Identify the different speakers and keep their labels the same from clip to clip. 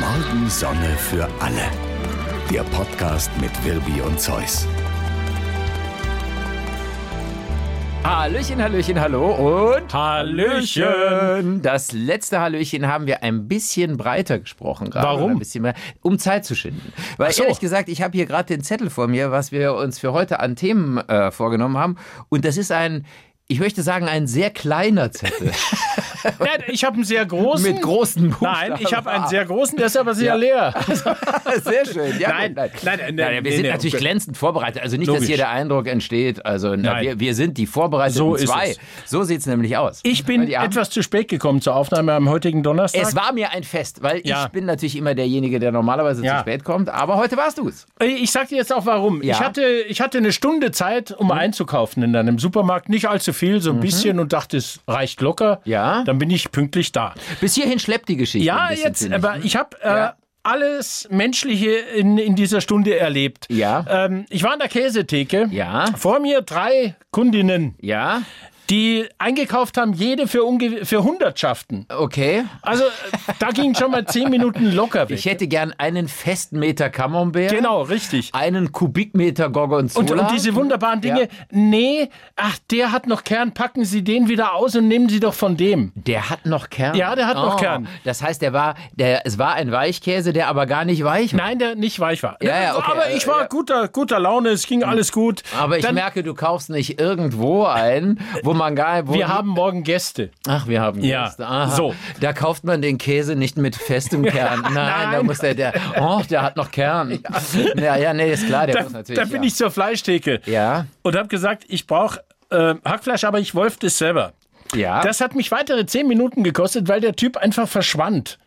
Speaker 1: Morgensonne für alle. Der Podcast mit Wirbi und Zeus.
Speaker 2: Hallöchen, Hallöchen, hallo und
Speaker 3: Hallöchen.
Speaker 2: Das letzte Hallöchen haben wir ein bisschen breiter gesprochen gerade.
Speaker 3: Warum?
Speaker 2: Oder Ein bisschen mehr, um Zeit zu schinden. Weil
Speaker 3: Ach so.
Speaker 2: ehrlich gesagt, ich habe hier gerade den Zettel vor mir, was wir uns für heute an Themen äh, vorgenommen haben. Und das ist ein, ich möchte sagen, ein sehr kleiner Zettel
Speaker 3: Ja, ich habe einen sehr großen.
Speaker 2: mit großen Buchstaben.
Speaker 3: Nein, ich habe einen sehr großen, der ist aber sehr leer.
Speaker 2: Also, Sehr schön. Ja,
Speaker 3: Nein,
Speaker 2: gut,
Speaker 3: nein,
Speaker 2: nein,
Speaker 3: nein,
Speaker 2: wir
Speaker 3: nee,
Speaker 2: sind
Speaker 3: nee,
Speaker 2: natürlich
Speaker 3: okay.
Speaker 2: glänzend vorbereitet. Also nicht, dass
Speaker 3: Logisch.
Speaker 2: hier der Eindruck entsteht. Also na,
Speaker 3: Nein.
Speaker 2: wir, wir sind die vorbereiteten
Speaker 3: So ist
Speaker 2: zwei.
Speaker 3: es.
Speaker 2: So sieht es nämlich aus.
Speaker 3: Ich bin
Speaker 2: Die haben-
Speaker 3: etwas zu spät gekommen zur Aufnahme am heutigen Donnerstag.
Speaker 2: Es war mir ein Fest, weil
Speaker 3: Ja.
Speaker 2: ich bin natürlich immer derjenige, der normalerweise
Speaker 3: Ja.
Speaker 2: zu spät kommt, aber heute warst du es.
Speaker 3: ich sag dir jetzt auch warum.
Speaker 2: Ja. Mhm.
Speaker 3: Ich, hatte, ich hatte eine Stunde Zeit, um einzukaufen in deinem Supermarkt. Nicht allzu viel, so ein bisschen und dachte, es reicht locker.
Speaker 2: Ja.
Speaker 3: Dann bin ich pünktlich da.
Speaker 2: Bis hierhin schleppt die Geschichte. ein
Speaker 3: Ja,
Speaker 2: bisschen,
Speaker 3: jetzt,
Speaker 2: finde ich.
Speaker 3: aber ich habe äh,
Speaker 2: Ja.
Speaker 3: alles Menschliche in, in dieser Stunde erlebt.
Speaker 2: Ja.
Speaker 3: Ähm, ich war in der Käsetheke.
Speaker 2: Ja.
Speaker 3: Vor mir drei Kundinnen,
Speaker 2: Ja,
Speaker 3: die eingekauft haben, jede für, unge- für Hundertschaften.
Speaker 2: okay.
Speaker 3: Also, äh, da ging schon mal zehn Minuten locker weg.
Speaker 2: Ich hätte gern einen festen Meter Camembert.
Speaker 3: genau, richtig.
Speaker 2: Einen Kubikmeter
Speaker 3: Und,
Speaker 2: Gorgonzola.
Speaker 3: und diese wunderbaren Dinge,
Speaker 2: Ja.
Speaker 3: nee, ach, der hat noch Kern, packen Sie den wieder aus und nehmen Sie doch von dem.
Speaker 2: der hat noch Kern. Oh.
Speaker 3: Ja, der hat noch Kern.
Speaker 2: Das heißt, der war, der, es war ein Weichkäse, der aber gar nicht weich war.
Speaker 3: Nein, der nicht weich war. Also,
Speaker 2: Ja, ja, okay. äh,
Speaker 3: Aber ich war
Speaker 2: Ja. Mhm.
Speaker 3: guter, guter Laune, es ging alles gut.
Speaker 2: Aber ich
Speaker 3: Dann-
Speaker 2: merke, du kaufst nicht irgendwo einen, wo man gar wo
Speaker 3: Wir haben morgen Gäste.
Speaker 2: Ach, wir haben
Speaker 3: Ja,
Speaker 2: Gäste. Aha.
Speaker 3: so.
Speaker 2: Da kauft man den Käse nicht mit festem Kern. Nein, da
Speaker 3: Nein.
Speaker 2: muss der, der, oh, der hat noch Kern. Ja, ja, nee, ist klar, der
Speaker 3: Da,
Speaker 2: muss natürlich.
Speaker 3: da bin
Speaker 2: ja.
Speaker 3: ich zur Fleischtheke
Speaker 2: Ja,
Speaker 3: und habe gesagt, ich brauche äh, Hackfleisch, aber ich wolfte es selber.
Speaker 2: ja.
Speaker 3: Das hat mich weitere zehn Minuten gekostet, weil der Typ einfach verschwand.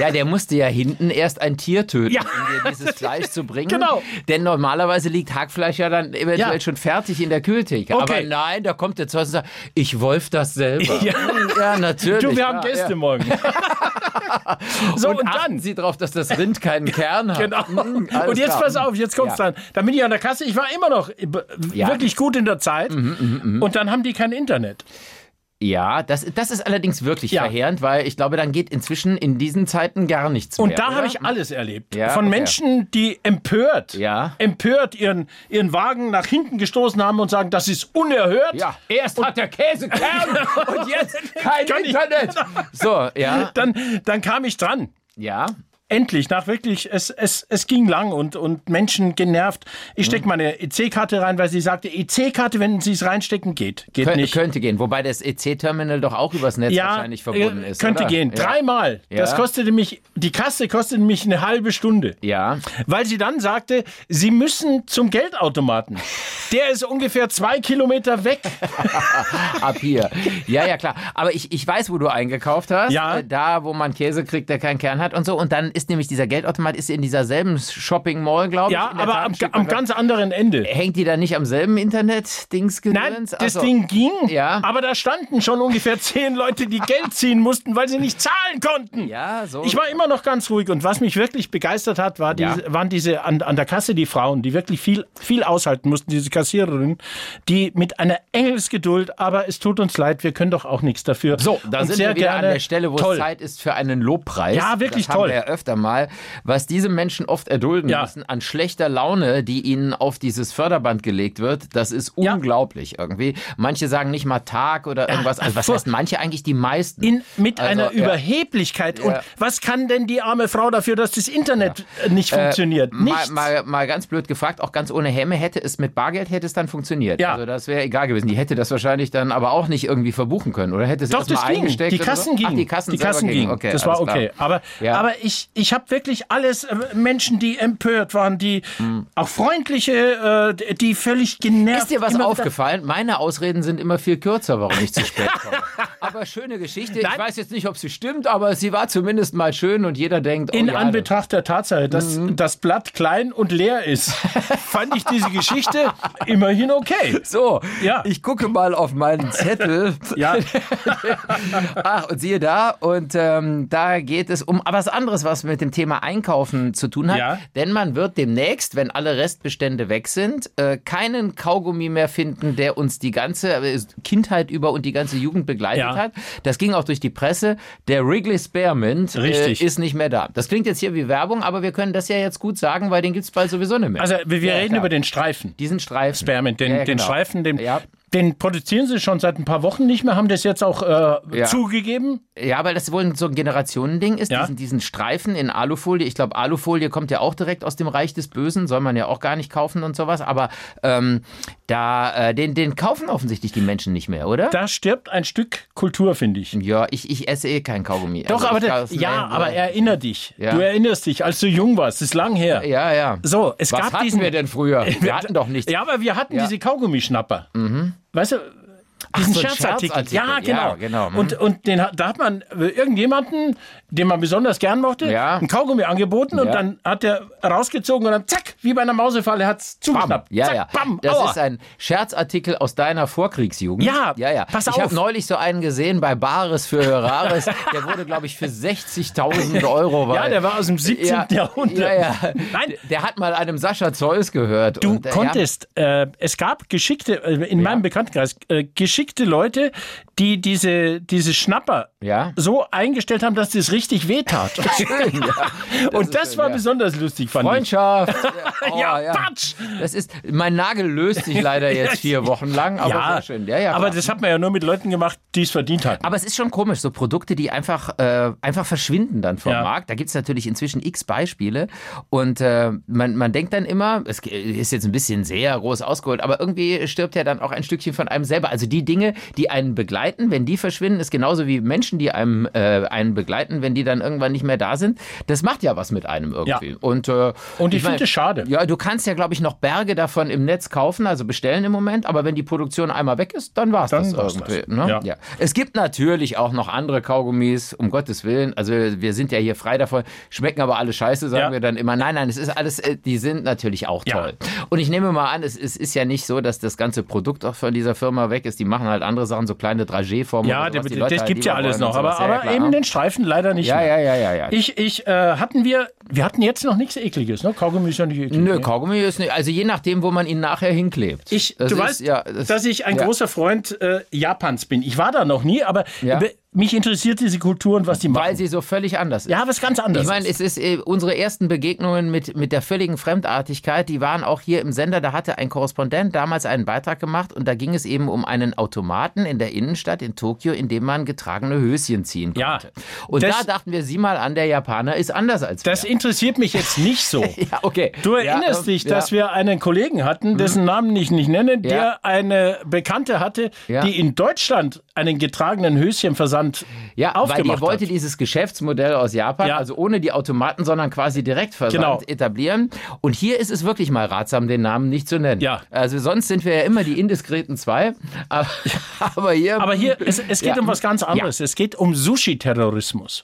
Speaker 2: ja, der musste ja hinten erst ein Tier töten,
Speaker 3: Ja.
Speaker 2: um dir dieses Fleisch zu bringen.
Speaker 3: Genau.
Speaker 2: Denn normalerweise liegt Hackfleisch ja dann eventuell
Speaker 3: Ja.
Speaker 2: schon fertig in der Kühltheke. Aber
Speaker 3: Okay.
Speaker 2: nein, da kommt der Zeus und sagt, ich wolf das selber. Ja, natürlich.
Speaker 3: Du, wir
Speaker 2: ja,
Speaker 3: haben
Speaker 2: ja.
Speaker 3: Gäste morgen. so,
Speaker 2: Und,
Speaker 3: und,
Speaker 2: achten
Speaker 3: dann.
Speaker 2: Sie drauf, dass das Rind keinen Kern hat.
Speaker 3: Genau.
Speaker 2: Mm, alles
Speaker 3: und jetzt
Speaker 2: klar.
Speaker 3: pass auf, jetzt kommt's
Speaker 2: Ja.
Speaker 3: dann. Dann bin ich an der Kasse. Ich war immer noch äh,
Speaker 2: Ja. Mhm,
Speaker 3: wirklich gut in der Zeit. Und dann haben die kein Internet.
Speaker 2: Ja, das, das ist allerdings wirklich
Speaker 3: Ja.
Speaker 2: verheerend, weil ich glaube, dann geht inzwischen in diesen Zeiten gar nichts mehr.
Speaker 3: Und da
Speaker 2: oder?
Speaker 3: habe ich alles erlebt.
Speaker 2: Ja,
Speaker 3: Von
Speaker 2: okay.
Speaker 3: Menschen, die empört,
Speaker 2: Ja.
Speaker 3: empört ihren, ihren Wagen nach hinten gestoßen haben und sagen, das ist unerhört.
Speaker 2: Ja, erst hat der Käse Kern und jetzt kein
Speaker 3: Kann ich-
Speaker 2: Internet. So, ja,
Speaker 3: Äh, Dann, dann kam ich dran.
Speaker 2: ja.
Speaker 3: Endlich, nach wirklich, es, es, es ging lang und, und Menschen genervt. Ich
Speaker 2: Mhm.
Speaker 3: stecke meine EC-Karte rein, weil sie sagte, EC-Karte, wenn Sie es reinstecken, geht. Geht
Speaker 2: Kö
Speaker 3: nicht.
Speaker 2: könnte gehen. Wobei das EC-Terminal doch auch übers Netz wahrscheinlich verbunden
Speaker 3: äh,
Speaker 2: ist.
Speaker 3: Könnte
Speaker 2: oder?
Speaker 3: gehen.
Speaker 2: Ja.
Speaker 3: Dreimal. Das
Speaker 2: Ja.
Speaker 3: kostete mich, die Kasse kostete mich eine halbe Stunde.
Speaker 2: Ja,
Speaker 3: Weil sie dann sagte, sie müssen zum Geldautomaten. Der ist ungefähr zwei Kilometer weg.
Speaker 2: ab hier. Ja, ja, klar. Aber ich, ich weiß, wo du eingekauft hast.
Speaker 3: Ja.
Speaker 2: Äh, Da, wo man Käse kriegt, der keinen Kern hat und so. Und dann ist nämlich dieser Geldautomat ist in dieser selben Shopping-Mall, glaube ich.
Speaker 3: Ja,
Speaker 2: in der
Speaker 3: aber am,
Speaker 2: Tatenstück-
Speaker 3: am ganz anderen Ende.
Speaker 2: Hängt die da nicht am selben Also, Internet-Dings
Speaker 3: Nein, das Ding ging,
Speaker 2: Ja.
Speaker 3: aber da standen schon ungefähr zehn Leute, die Geld ziehen mussten, weil sie nicht zahlen konnten.
Speaker 2: Ja, so.
Speaker 3: Ich war immer noch ganz ruhig und was mich wirklich begeistert hat, war
Speaker 2: Ja.
Speaker 3: diese, waren diese an, an der Kasse die Frauen, die wirklich viel, viel aushalten mussten, diese Kassiererinnen, die mit einer Engelsgeduld, aber es tut uns leid, wir können doch auch nichts dafür.
Speaker 2: so, da
Speaker 3: und
Speaker 2: sind
Speaker 3: sehr
Speaker 2: wir wieder
Speaker 3: gerne,
Speaker 2: an der Stelle, wo
Speaker 3: toll.
Speaker 2: es Zeit ist für einen Lobpreis.
Speaker 3: Ja, wirklich
Speaker 2: das haben
Speaker 3: toll.
Speaker 2: wir ja öfter mal. Was diese Menschen oft erdulden
Speaker 3: Ja.
Speaker 2: müssen an schlechter Laune, die ihnen auf dieses Förderband gelegt wird, das ist
Speaker 3: Ja.
Speaker 2: unglaublich irgendwie. Manche sagen nicht mal Tag oder irgendwas. Also was
Speaker 3: furcht-
Speaker 2: heißt manche eigentlich die meisten?
Speaker 3: In, mit
Speaker 2: Also,
Speaker 3: einer
Speaker 2: ja.
Speaker 3: Überheblichkeit. Und
Speaker 2: Ja.
Speaker 3: was kann denn die arme Frau dafür, dass das Internet äh, nicht funktioniert?
Speaker 2: Mal,
Speaker 3: Nichts.
Speaker 2: mal, mal ganz blöd gefragt, auch ganz ohne Hemme, hätte es mit Bargeld, hätte es dann funktioniert.
Speaker 3: Ja.
Speaker 2: Also das wäre egal gewesen. Die hätte das wahrscheinlich dann aber auch nicht irgendwie verbuchen können, oder? Hätte sie
Speaker 3: Doch,
Speaker 2: erst mal
Speaker 3: das ging.
Speaker 2: eingesteckt
Speaker 3: Die
Speaker 2: oder so?
Speaker 3: Kassen gingen.
Speaker 2: Ach, die Kassen,
Speaker 3: die
Speaker 2: selber
Speaker 3: Kassen
Speaker 2: gingen.
Speaker 3: gingen.
Speaker 2: Okay,
Speaker 3: das war
Speaker 2: alles klar.
Speaker 3: okay. Aber,
Speaker 2: Ja.
Speaker 3: aber ich, ich habe wirklich alles, äh, Menschen, die empört waren, die auch freundliche, äh, die völlig genervt.
Speaker 2: Hm. Ist dir was
Speaker 3: immer wieder-
Speaker 2: aufgefallen? Meine Ausreden sind immer viel kürzer, warum ich zu spät komme. aber schöne Geschichte. Ich
Speaker 3: Nein.
Speaker 2: weiß jetzt nicht, ob sie stimmt, aber sie war zumindest mal schön und jeder denkt, oh,
Speaker 3: In
Speaker 2: ja, Mhm.
Speaker 3: Anbetracht der Tatsache, dass das Blatt klein und leer ist, fand ich diese Geschichte immerhin okay.
Speaker 2: So,
Speaker 3: Ja.
Speaker 2: ich gucke mal auf meinen Zettel.
Speaker 3: Ja,
Speaker 2: Ach, und siehe da, und ähm, da geht es um aber was anderes, was was mit dem Thema Einkaufen zu tun hat.
Speaker 3: Ja.
Speaker 2: Denn man wird demnächst, wenn alle Restbestände weg sind, äh, keinen Kaugummi mehr finden, der uns die ganze äh, Kindheit über und die ganze Jugend begleitet
Speaker 3: Ja.
Speaker 2: hat. Das ging auch durch die Presse. Der Wrigley Spearmint äh,
Speaker 3: Richtig.
Speaker 2: ist nicht mehr da. Das klingt jetzt hier wie Werbung, aber wir können das ja jetzt gut sagen, weil den gibt's bald sowieso nicht mehr.
Speaker 3: Also wir, wir
Speaker 2: Ja,
Speaker 3: reden
Speaker 2: klar.
Speaker 3: über den Streifen.
Speaker 2: diesen Streifen.
Speaker 3: Spearmint, den,
Speaker 2: Ja, ja,
Speaker 3: den
Speaker 2: genau.
Speaker 3: Streifen, den,
Speaker 2: Ja.
Speaker 3: den produzieren sie schon seit ein paar Wochen nicht mehr, haben das jetzt auch äh,
Speaker 2: Ja.
Speaker 3: zugegeben.
Speaker 2: Ja, weil das wohl so ein Generationending ist,
Speaker 3: Ja.
Speaker 2: diesen, diesen Streifen in Alufolie. Ich glaube, Alufolie kommt ja auch direkt aus dem Reich des Bösen, soll man ja auch gar nicht kaufen und sowas. Aber ähm, da, äh, den, den kaufen offensichtlich die Menschen nicht mehr, oder?
Speaker 3: Da stirbt ein Stück Kultur, finde ich.
Speaker 2: ja, ich, ich esse eh kein Kaugummi.
Speaker 3: Doch,
Speaker 2: Also
Speaker 3: aber
Speaker 2: ich
Speaker 3: der,
Speaker 2: weiß,
Speaker 3: ja,
Speaker 2: nee,
Speaker 3: aber
Speaker 2: nee.
Speaker 3: erinner dich.
Speaker 2: Ja.
Speaker 3: Du erinnerst dich, als du jung warst, das ist lang her.
Speaker 2: Ja, ja.
Speaker 3: So, es
Speaker 2: Was
Speaker 3: gab
Speaker 2: hatten
Speaker 3: diesen.
Speaker 2: wir denn früher? Wir hatten doch nichts.
Speaker 3: Ja, aber wir hatten
Speaker 2: Ja. Mhm.
Speaker 3: diese Kaugummischnapper. Weißt du, diesen
Speaker 2: so ein
Speaker 3: Scherzartikel.
Speaker 2: Scherzartikel.
Speaker 3: Ja, genau.
Speaker 2: Ja, genau. Mhm.
Speaker 3: Und, und den, hat- da hat man äh, irgendjemanden, den man besonders gern mochte,
Speaker 2: Ja.
Speaker 3: einen Kaugummi angeboten und
Speaker 2: Ja.
Speaker 3: dann hat der rausgezogen und dann zack, wie bei einer Mausefalle hat es
Speaker 2: Bam.
Speaker 3: zugeschnappt.
Speaker 2: Ja,
Speaker 3: zack,
Speaker 2: ja.
Speaker 3: bam,
Speaker 2: das
Speaker 3: aua.
Speaker 2: ist ein Scherzartikel aus deiner Vorkriegsjugend.
Speaker 3: Ja,
Speaker 2: ja, ja.
Speaker 3: pass
Speaker 2: Ich
Speaker 3: auf.
Speaker 2: habe neulich so einen gesehen bei Bares für Hörares. der wurde, glaube ich, für 60.000 Euro.
Speaker 3: ja,
Speaker 2: bei-
Speaker 3: der war aus dem 17. Jahrhundert.
Speaker 2: Ja, ja.
Speaker 3: Nein,
Speaker 2: Der hat mal einem Sascha Zeus gehört.
Speaker 3: Du
Speaker 2: und, äh,
Speaker 3: konntest, äh, es gab geschickte, äh, in meinem Bekanntenkreis, äh, geschickte Leute, die diese, diese Schnapper
Speaker 2: Ja.
Speaker 3: so eingestellt haben, dass das richtig wehtat. Und das
Speaker 2: schön,
Speaker 3: war
Speaker 2: ja.
Speaker 3: besonders lustig, fand
Speaker 2: Ja. Freundschaft.
Speaker 3: ich.
Speaker 2: Oh,
Speaker 3: ja, Patsch!
Speaker 2: Das ist, mein Nagel löst sich leider jetzt vier Wochen lang, aber sehr schön. Ja, ja,
Speaker 3: aber
Speaker 2: klar.
Speaker 3: das hat man ja nur mit Leuten gemacht, die es verdient hatten.
Speaker 2: Aber es ist schon komisch, so Produkte, die einfach, äh, einfach verschwinden dann vom
Speaker 3: Ja.
Speaker 2: Markt. Da gibt es natürlich inzwischen x Beispiele. Und äh, man, man denkt dann immer, es g- ist jetzt ein bisschen sehr groß ausgeholt, aber irgendwie stirbt ja dann auch ein Stückchen von einem selber. Also die Dinge, die einen begleiten, wenn die verschwinden, ist genauso wie Menschen, die einem, äh, einen begleiten, wenn die dann irgendwann nicht mehr da sind. Das macht ja was mit einem irgendwie.
Speaker 3: Ja.
Speaker 2: Und, äh,
Speaker 3: Und ich
Speaker 2: mein-
Speaker 3: finde es schade.
Speaker 2: Ja, du kannst ja, glaube ich, noch Berge davon im Netz kaufen, also bestellen im Moment. Aber wenn die Produktion einmal weg ist, dann war es
Speaker 3: Dann
Speaker 2: das
Speaker 3: war's
Speaker 2: irgendwie.
Speaker 3: das.
Speaker 2: Ne?
Speaker 3: Ja.
Speaker 2: Ja. Es gibt natürlich auch noch andere Kaugummis, um Gottes Willen. Also wir sind ja hier frei davon, schmecken aber alle scheiße, sagen
Speaker 3: Ja.
Speaker 2: wir dann immer. Nein, nein, es ist alles, äh, die sind natürlich auch
Speaker 3: Ja.
Speaker 2: toll. Und ich nehme mal an, es, es ist ja nicht so, dass das ganze Produkt auch von dieser Firma weg ist. Die machen halt andere Sachen, so kleine Dragé-Formen.
Speaker 3: ja,
Speaker 2: oder sowas,
Speaker 3: der,
Speaker 2: die
Speaker 3: das
Speaker 2: Leute halt
Speaker 3: gibt ja
Speaker 2: lieber
Speaker 3: alles
Speaker 2: wollen und
Speaker 3: noch. Aber,
Speaker 2: sowas. Ja,
Speaker 3: aber
Speaker 2: klar.
Speaker 3: eben den Streifen leider nicht.
Speaker 2: ja,
Speaker 3: mehr.
Speaker 2: ja, ja, ja, ja.
Speaker 3: Ich, ich, äh, hatten wir, wir hatten jetzt noch nichts Ekliges, ne? Kaugummi ist ja nicht eklig.
Speaker 2: Nö,
Speaker 3: ne?
Speaker 2: Kaugummi ist nicht. Also je nachdem, wo man ihn nachher hinklebt.
Speaker 3: Ich,
Speaker 2: Das
Speaker 3: du
Speaker 2: ist-
Speaker 3: weißt,
Speaker 2: ja, das-
Speaker 3: dass ich ein
Speaker 2: ja.
Speaker 3: großer Freund äh, Japans bin. Ich war da noch nie, aber
Speaker 2: Ja.
Speaker 3: be- mich interessiert diese Kultur und was die machen.
Speaker 2: Weil sie so völlig anders ist.
Speaker 3: ja, was ganz anderes.
Speaker 2: Ich meine,
Speaker 3: ist.
Speaker 2: es ist äh, unsere ersten Begegnungen mit, mit der völligen Fremdartigkeit, die waren auch hier im Sender. Da hatte ein Korrespondent damals einen Beitrag gemacht und da ging es eben um einen Automaten in der Innenstadt in Tokio, in dem man getragene Höschen ziehen
Speaker 3: Ja.
Speaker 2: konnte. und
Speaker 3: Das-
Speaker 2: da dachten wir, sieh mal an, der Japaner ist anders als
Speaker 3: das interessiert mich jetzt nicht
Speaker 2: wir.
Speaker 3: so.
Speaker 2: Ja, ähm, Mhm. okay.
Speaker 3: Du erinnerst dich, dass wir einen Kollegen hatten, dessen Namen ich nicht nenne, der eine Bekannte hatte,
Speaker 2: Ja.
Speaker 3: die in Deutschland einen getragenen Höschenversand
Speaker 2: ja, weil
Speaker 3: aufgemacht
Speaker 2: ihr wollte
Speaker 3: hat.
Speaker 2: dieses Geschäftsmodell aus Japan,
Speaker 3: Ja.
Speaker 2: also ohne die Automaten, sondern quasi direkt versand
Speaker 3: Genau.
Speaker 2: etablieren. Und hier ist es wirklich mal ratsam, den Namen nicht zu nennen.
Speaker 3: Ja.
Speaker 2: Also sonst sind wir ja immer die indiskreten zwei. Aber, aber hier.
Speaker 3: Aber hier, es, es geht
Speaker 2: Ja.
Speaker 3: um was ganz anderes. Es geht um Sushi-Terrorismus.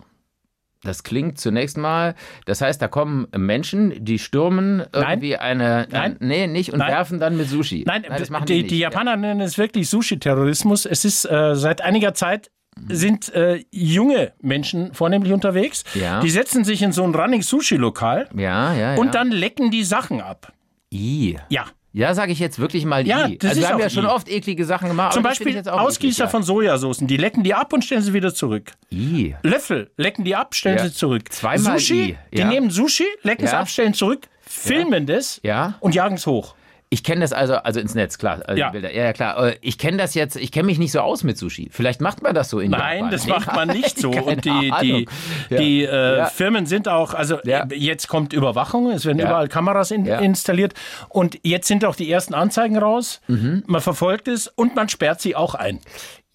Speaker 2: Das klingt zunächst mal, das heißt, da kommen Menschen, die stürmen irgendwie eine.
Speaker 3: Nein.
Speaker 2: Nee, nicht und
Speaker 3: Nein.
Speaker 2: werfen dann mit Sushi.
Speaker 3: Nein,
Speaker 2: das machen
Speaker 3: die,
Speaker 2: die,
Speaker 3: die, Japaner nennen es wirklich Sushi-Terrorismus. Es ist äh, seit einiger Zeit
Speaker 2: Mhm.
Speaker 3: sind äh, junge Menschen vornehmlich unterwegs.
Speaker 2: Ja.
Speaker 3: Die setzen sich in so ein Running Sushi-Lokal
Speaker 2: nicht. Ja, ja, ja.
Speaker 3: und dann lecken die Sachen ab.
Speaker 2: I.
Speaker 3: Ja.
Speaker 2: Ja, sage ich jetzt wirklich mal
Speaker 3: Ja,
Speaker 2: I.
Speaker 3: das
Speaker 2: also
Speaker 3: ist
Speaker 2: wir haben
Speaker 3: auch
Speaker 2: ja schon
Speaker 3: I.
Speaker 2: oft eklige Sachen gemacht.
Speaker 3: Zum
Speaker 2: aber das finde
Speaker 3: Beispiel
Speaker 2: ich jetzt auch
Speaker 3: Ausgießer
Speaker 2: eklig,
Speaker 3: von Sojasoßen, die lecken die ab und stellen sie wieder zurück.
Speaker 2: ja. I.
Speaker 3: Löffel lecken die ab, stellen
Speaker 2: Ja.
Speaker 3: sie zurück.
Speaker 2: Zweimal
Speaker 3: Sushi,
Speaker 2: I,
Speaker 3: die
Speaker 2: ja.
Speaker 3: nehmen Sushi, lecken es
Speaker 2: Ja.
Speaker 3: ab, stellen zurück, filmen das
Speaker 2: Ja.
Speaker 3: und jagen es hoch.
Speaker 2: Ich kenne das also, also ins Netz, klar. Also
Speaker 3: Ja.
Speaker 2: die Bilder. ja, ja, klar. Äh, Ich kenne das jetzt, ich kenne mich nicht so aus mit Sushi. Vielleicht macht man das so in
Speaker 3: Nein,
Speaker 2: Japan.
Speaker 3: das
Speaker 2: Nee,
Speaker 3: macht man nicht so.
Speaker 2: keine
Speaker 3: Und die, die,
Speaker 2: Ahnung. Ja.
Speaker 3: die äh,
Speaker 2: Ja.
Speaker 3: Firmen sind auch, also
Speaker 2: Ja.
Speaker 3: äh, jetzt kommt Überwachung, es werden
Speaker 2: Ja.
Speaker 3: überall Kameras in,
Speaker 2: Ja.
Speaker 3: installiert und jetzt sind auch die ersten Anzeigen raus.
Speaker 2: Mhm.
Speaker 3: Man verfolgt es und man sperrt sie auch ein.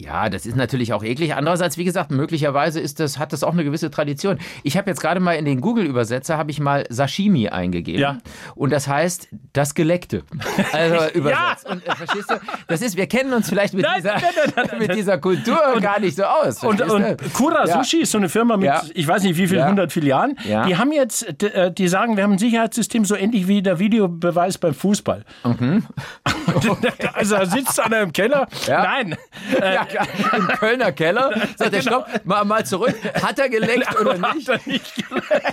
Speaker 2: Ja, das ist natürlich auch eklig. Andererseits, wie gesagt, möglicherweise ist das, hat das auch eine gewisse Tradition. Ich habe jetzt gerade mal in den Google-Übersetzer, habe ich mal Sashimi eingegeben.
Speaker 3: Ja.
Speaker 2: Und das heißt, das Geleckte. Also übersetzt. Und, äh, verstehst du? Das ist, wir kennen uns vielleicht mit,
Speaker 3: Nein,
Speaker 2: dieser,
Speaker 3: nein, nein, nein, nein.
Speaker 2: mit dieser Kultur gar nicht so aus.
Speaker 3: Und,
Speaker 2: verstehst du?
Speaker 3: und Kura
Speaker 2: Ja.
Speaker 3: Sushi ist so eine Firma mit,
Speaker 2: Ja.
Speaker 3: ich weiß nicht wie viel,
Speaker 2: Ja.
Speaker 3: 100 Filialen.
Speaker 2: Ja.
Speaker 3: Die haben jetzt, d- äh, die sagen, wir haben ein Sicherheitssystem so ähnlich wie der Videobeweis beim Fußball. Also er sitzt einer im Keller.
Speaker 2: Mhm. Ja.
Speaker 3: Nein, äh,
Speaker 2: im Kölner Keller. Sagt er,
Speaker 3: genau.
Speaker 2: stopp, mal, mal zurück. Hat er geleckt oder nicht?
Speaker 3: Hat er nicht
Speaker 2: Sehr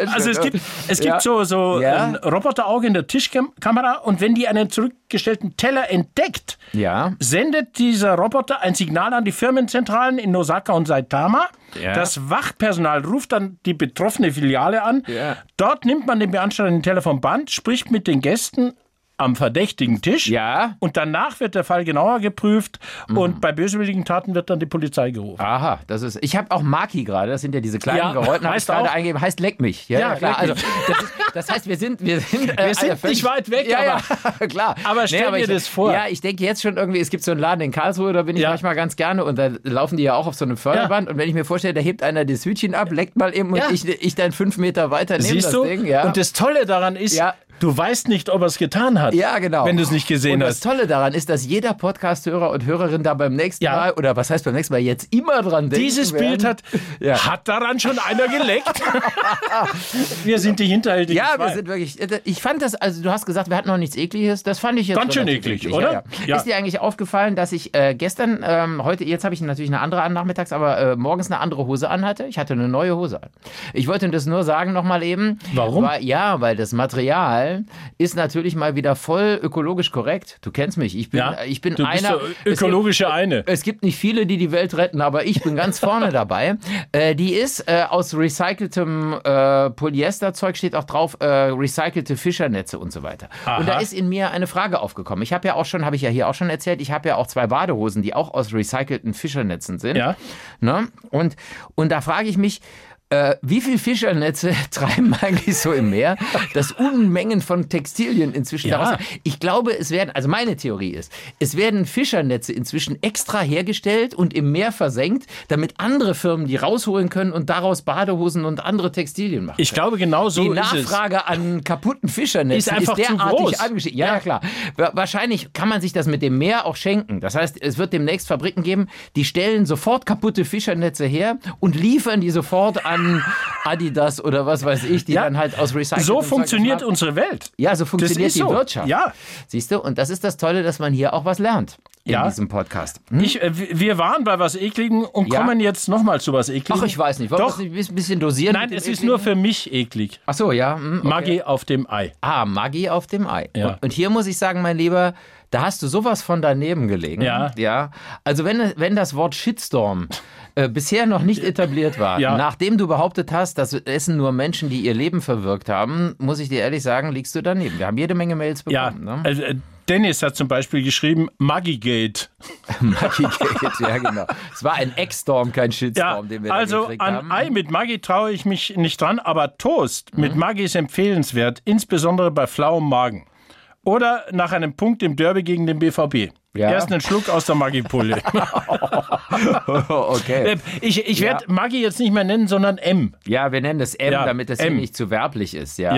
Speaker 2: schön.
Speaker 3: Also es gibt, es gibt
Speaker 2: Ja.
Speaker 3: so, so
Speaker 2: Ja.
Speaker 3: ein Roboterauge in der Tischkamera und wenn die einen zurückgestellten Teller entdeckt,
Speaker 2: Ja.
Speaker 3: sendet dieser Roboter ein Signal an die Firmenzentralen in Osaka und Saitama.
Speaker 2: Ja.
Speaker 3: Das Wachpersonal ruft dann die betroffene Filiale an.
Speaker 2: Ja.
Speaker 3: Dort nimmt man den beanstandeten Teller vom Band, spricht mit den Gästen am verdächtigen Tisch.
Speaker 2: Ja.
Speaker 3: Und danach wird der Fall genauer geprüft und bei böswilligen Taten wird dann die Polizei gerufen.
Speaker 2: Aha, das ist. Ich habe auch Maki gerade, das sind ja diese kleinen
Speaker 3: Ja,
Speaker 2: Geräusche, habe ich
Speaker 3: heißt
Speaker 2: gerade
Speaker 3: auch-
Speaker 2: eingegeben, heißt leck mich. Ja,
Speaker 3: Ja,
Speaker 2: ja klar.
Speaker 3: leck
Speaker 2: Also,
Speaker 3: mich.
Speaker 2: das, ist, das heißt, wir sind. Wir sind, äh,
Speaker 3: sind
Speaker 2: äh, völlig-
Speaker 3: nicht weit weg,
Speaker 2: ja, ja, klar.
Speaker 3: aber stell dir
Speaker 2: ich,
Speaker 3: das vor.
Speaker 2: Ja, ich denke jetzt schon irgendwie, es gibt so einen Laden in Karlsruhe, da bin ich
Speaker 3: Ja.
Speaker 2: manchmal ganz gerne und da laufen die ja auch auf so einem Förderband und wenn ich mir vorstelle, da hebt einer das Hütchen ab, leckt mal eben
Speaker 3: Ja.
Speaker 2: und ich, ich dann fünf Meter weiter nehme
Speaker 3: Siehst
Speaker 2: das
Speaker 3: du?
Speaker 2: Ding. Ja.
Speaker 3: Und das Tolle daran ist,
Speaker 2: Ja.
Speaker 3: du weißt nicht, ob er es getan hat.
Speaker 2: Ja, genau.
Speaker 3: Wenn du es nicht gesehen
Speaker 2: und
Speaker 3: hast.
Speaker 2: Das Tolle daran ist, dass jeder Podcast-Hörer und Hörerin da beim nächsten
Speaker 3: Ja.
Speaker 2: Mal, oder was heißt beim nächsten Mal, jetzt immer dran denken
Speaker 3: Dieses
Speaker 2: werden.
Speaker 3: Bild hat,
Speaker 2: Ja.
Speaker 3: hat daran schon einer geleckt. wir sind die hinterhältigen
Speaker 2: Ja,
Speaker 3: zwei.
Speaker 2: wir sind wirklich. Ich fand das, also du hast gesagt, wir hatten noch nichts Ekliges. Das fand ich jetzt
Speaker 3: Ganz schön
Speaker 2: relativ
Speaker 3: eklig,
Speaker 2: Ja,
Speaker 3: oder?
Speaker 2: ja.
Speaker 3: Ja.
Speaker 2: Ist dir eigentlich aufgefallen, dass ich äh, gestern, ähm, heute, jetzt habe ich natürlich eine andere an nachmittags, aber äh, morgens eine andere Hose anhatte. Ich hatte eine neue Hose an. Ich wollte das nur sagen nochmal eben.
Speaker 3: Warum?
Speaker 2: Weil, ja, weil das Material ist natürlich mal wieder voll ökologisch korrekt. Du kennst mich. Ich bin, äh,
Speaker 3: ja?
Speaker 2: ich bin
Speaker 3: du
Speaker 2: einer.
Speaker 3: bist
Speaker 2: es
Speaker 3: der
Speaker 2: gibt-
Speaker 3: ökologische eine.
Speaker 2: es gibt nicht viele, die die Welt retten, aber ich bin ganz vorne dabei. Äh, die ist äh, aus recyceltem äh, Polyesterzeug, steht auch drauf, äh, recycelte Fischernetze und so weiter. Und da ist in mir eine Frage aufgekommen. Ich habe ja auch schon, habe ich ja hier auch schon erzählt, ich habe ja auch zwei Badehosen, die auch aus recycelten Fischernetzen sind.
Speaker 3: Ja.
Speaker 2: Ne? Und, und da frage ich mich, äh, wie viel Fischernetze treiben eigentlich so im Meer, dass Unmengen von Textilien inzwischen
Speaker 3: Ja.
Speaker 2: daraus. Ich glaube, es werden, also meine Theorie ist, es werden Fischernetze inzwischen extra hergestellt und im Meer versenkt, damit andere Firmen die rausholen können und daraus Badehosen und andere Textilien machen.
Speaker 3: Ich glaube, genau so
Speaker 2: die
Speaker 3: ist es.
Speaker 2: Nachfrage an kaputten
Speaker 3: Ist
Speaker 2: Fischernetzen ist,
Speaker 3: einfach zu groß.
Speaker 2: derartig angestiegen. Ja, ja, klar. Wa- Wahrscheinlich kann man sich das mit dem Meer auch schenken. Das heißt, es wird demnächst Fabriken geben, die stellen sofort kaputte Fischernetze her und liefern die sofort an Adidas oder was weiß ich, die
Speaker 3: Ja.
Speaker 2: dann halt aus Recycling.
Speaker 3: So funktioniert unsere Welt.
Speaker 2: Ja, so funktioniert
Speaker 3: ist
Speaker 2: die
Speaker 3: so.
Speaker 2: Wirtschaft.
Speaker 3: Ja.
Speaker 2: Siehst du, und das ist das Tolle, dass man hier auch was lernt in
Speaker 3: Ja.
Speaker 2: diesem Podcast.
Speaker 3: Ich, äh, w- wir waren bei was Ekligem und
Speaker 2: Hm? Ja.
Speaker 3: kommen jetzt nochmal zu was Ekligem.
Speaker 2: Ach, ich weiß nicht. Wollen
Speaker 3: Doch.
Speaker 2: wir das nicht ein bisschen dosieren?
Speaker 3: Nein,
Speaker 2: mit dem
Speaker 3: es ist
Speaker 2: Ekligen?
Speaker 3: nur für mich eklig.
Speaker 2: Ach so, ja. hm, okay.
Speaker 3: Maggi auf dem Ei.
Speaker 2: Ah, Maggi auf dem Ei.
Speaker 3: Ja.
Speaker 2: Und, und hier muss ich sagen, mein Lieber, da hast du sowas von daneben gelegen.
Speaker 3: Ja.
Speaker 2: ja. Also wenn, wenn das Wort Shitstorm äh, bisher noch nicht etabliert war,
Speaker 3: Ja.
Speaker 2: nachdem du behauptet hast, das essen nur Menschen, die ihr Leben verwirkt haben, muss ich dir ehrlich sagen, liegst du daneben. Wir haben jede Menge Mails
Speaker 3: Ja,
Speaker 2: bekommen. Ne?
Speaker 3: also, äh, Dennis hat zum Beispiel geschrieben, Maggigate.
Speaker 2: Maggi geht, ja genau. Es war ein Ex-Storm, kein Shitstorm, den wir da
Speaker 3: also
Speaker 2: gekriegt
Speaker 3: an
Speaker 2: haben.
Speaker 3: Ei mit Maggi traue ich mich nicht dran, aber Toast mit
Speaker 2: Mhm.
Speaker 3: Maggi ist empfehlenswert, insbesondere bei flauem Magen. Oder nach einem Punkt im Derby gegen den BVB.
Speaker 2: Ja.
Speaker 3: Erst einen Schluck aus der Maggi-Pulle.
Speaker 2: okay.
Speaker 3: ich ich werde Maggi jetzt nicht mehr nennen, sondern M.
Speaker 2: Ja, wir nennen das M,
Speaker 3: Ja,
Speaker 2: damit das M
Speaker 3: M.
Speaker 2: nicht zu werblich ist. Ja.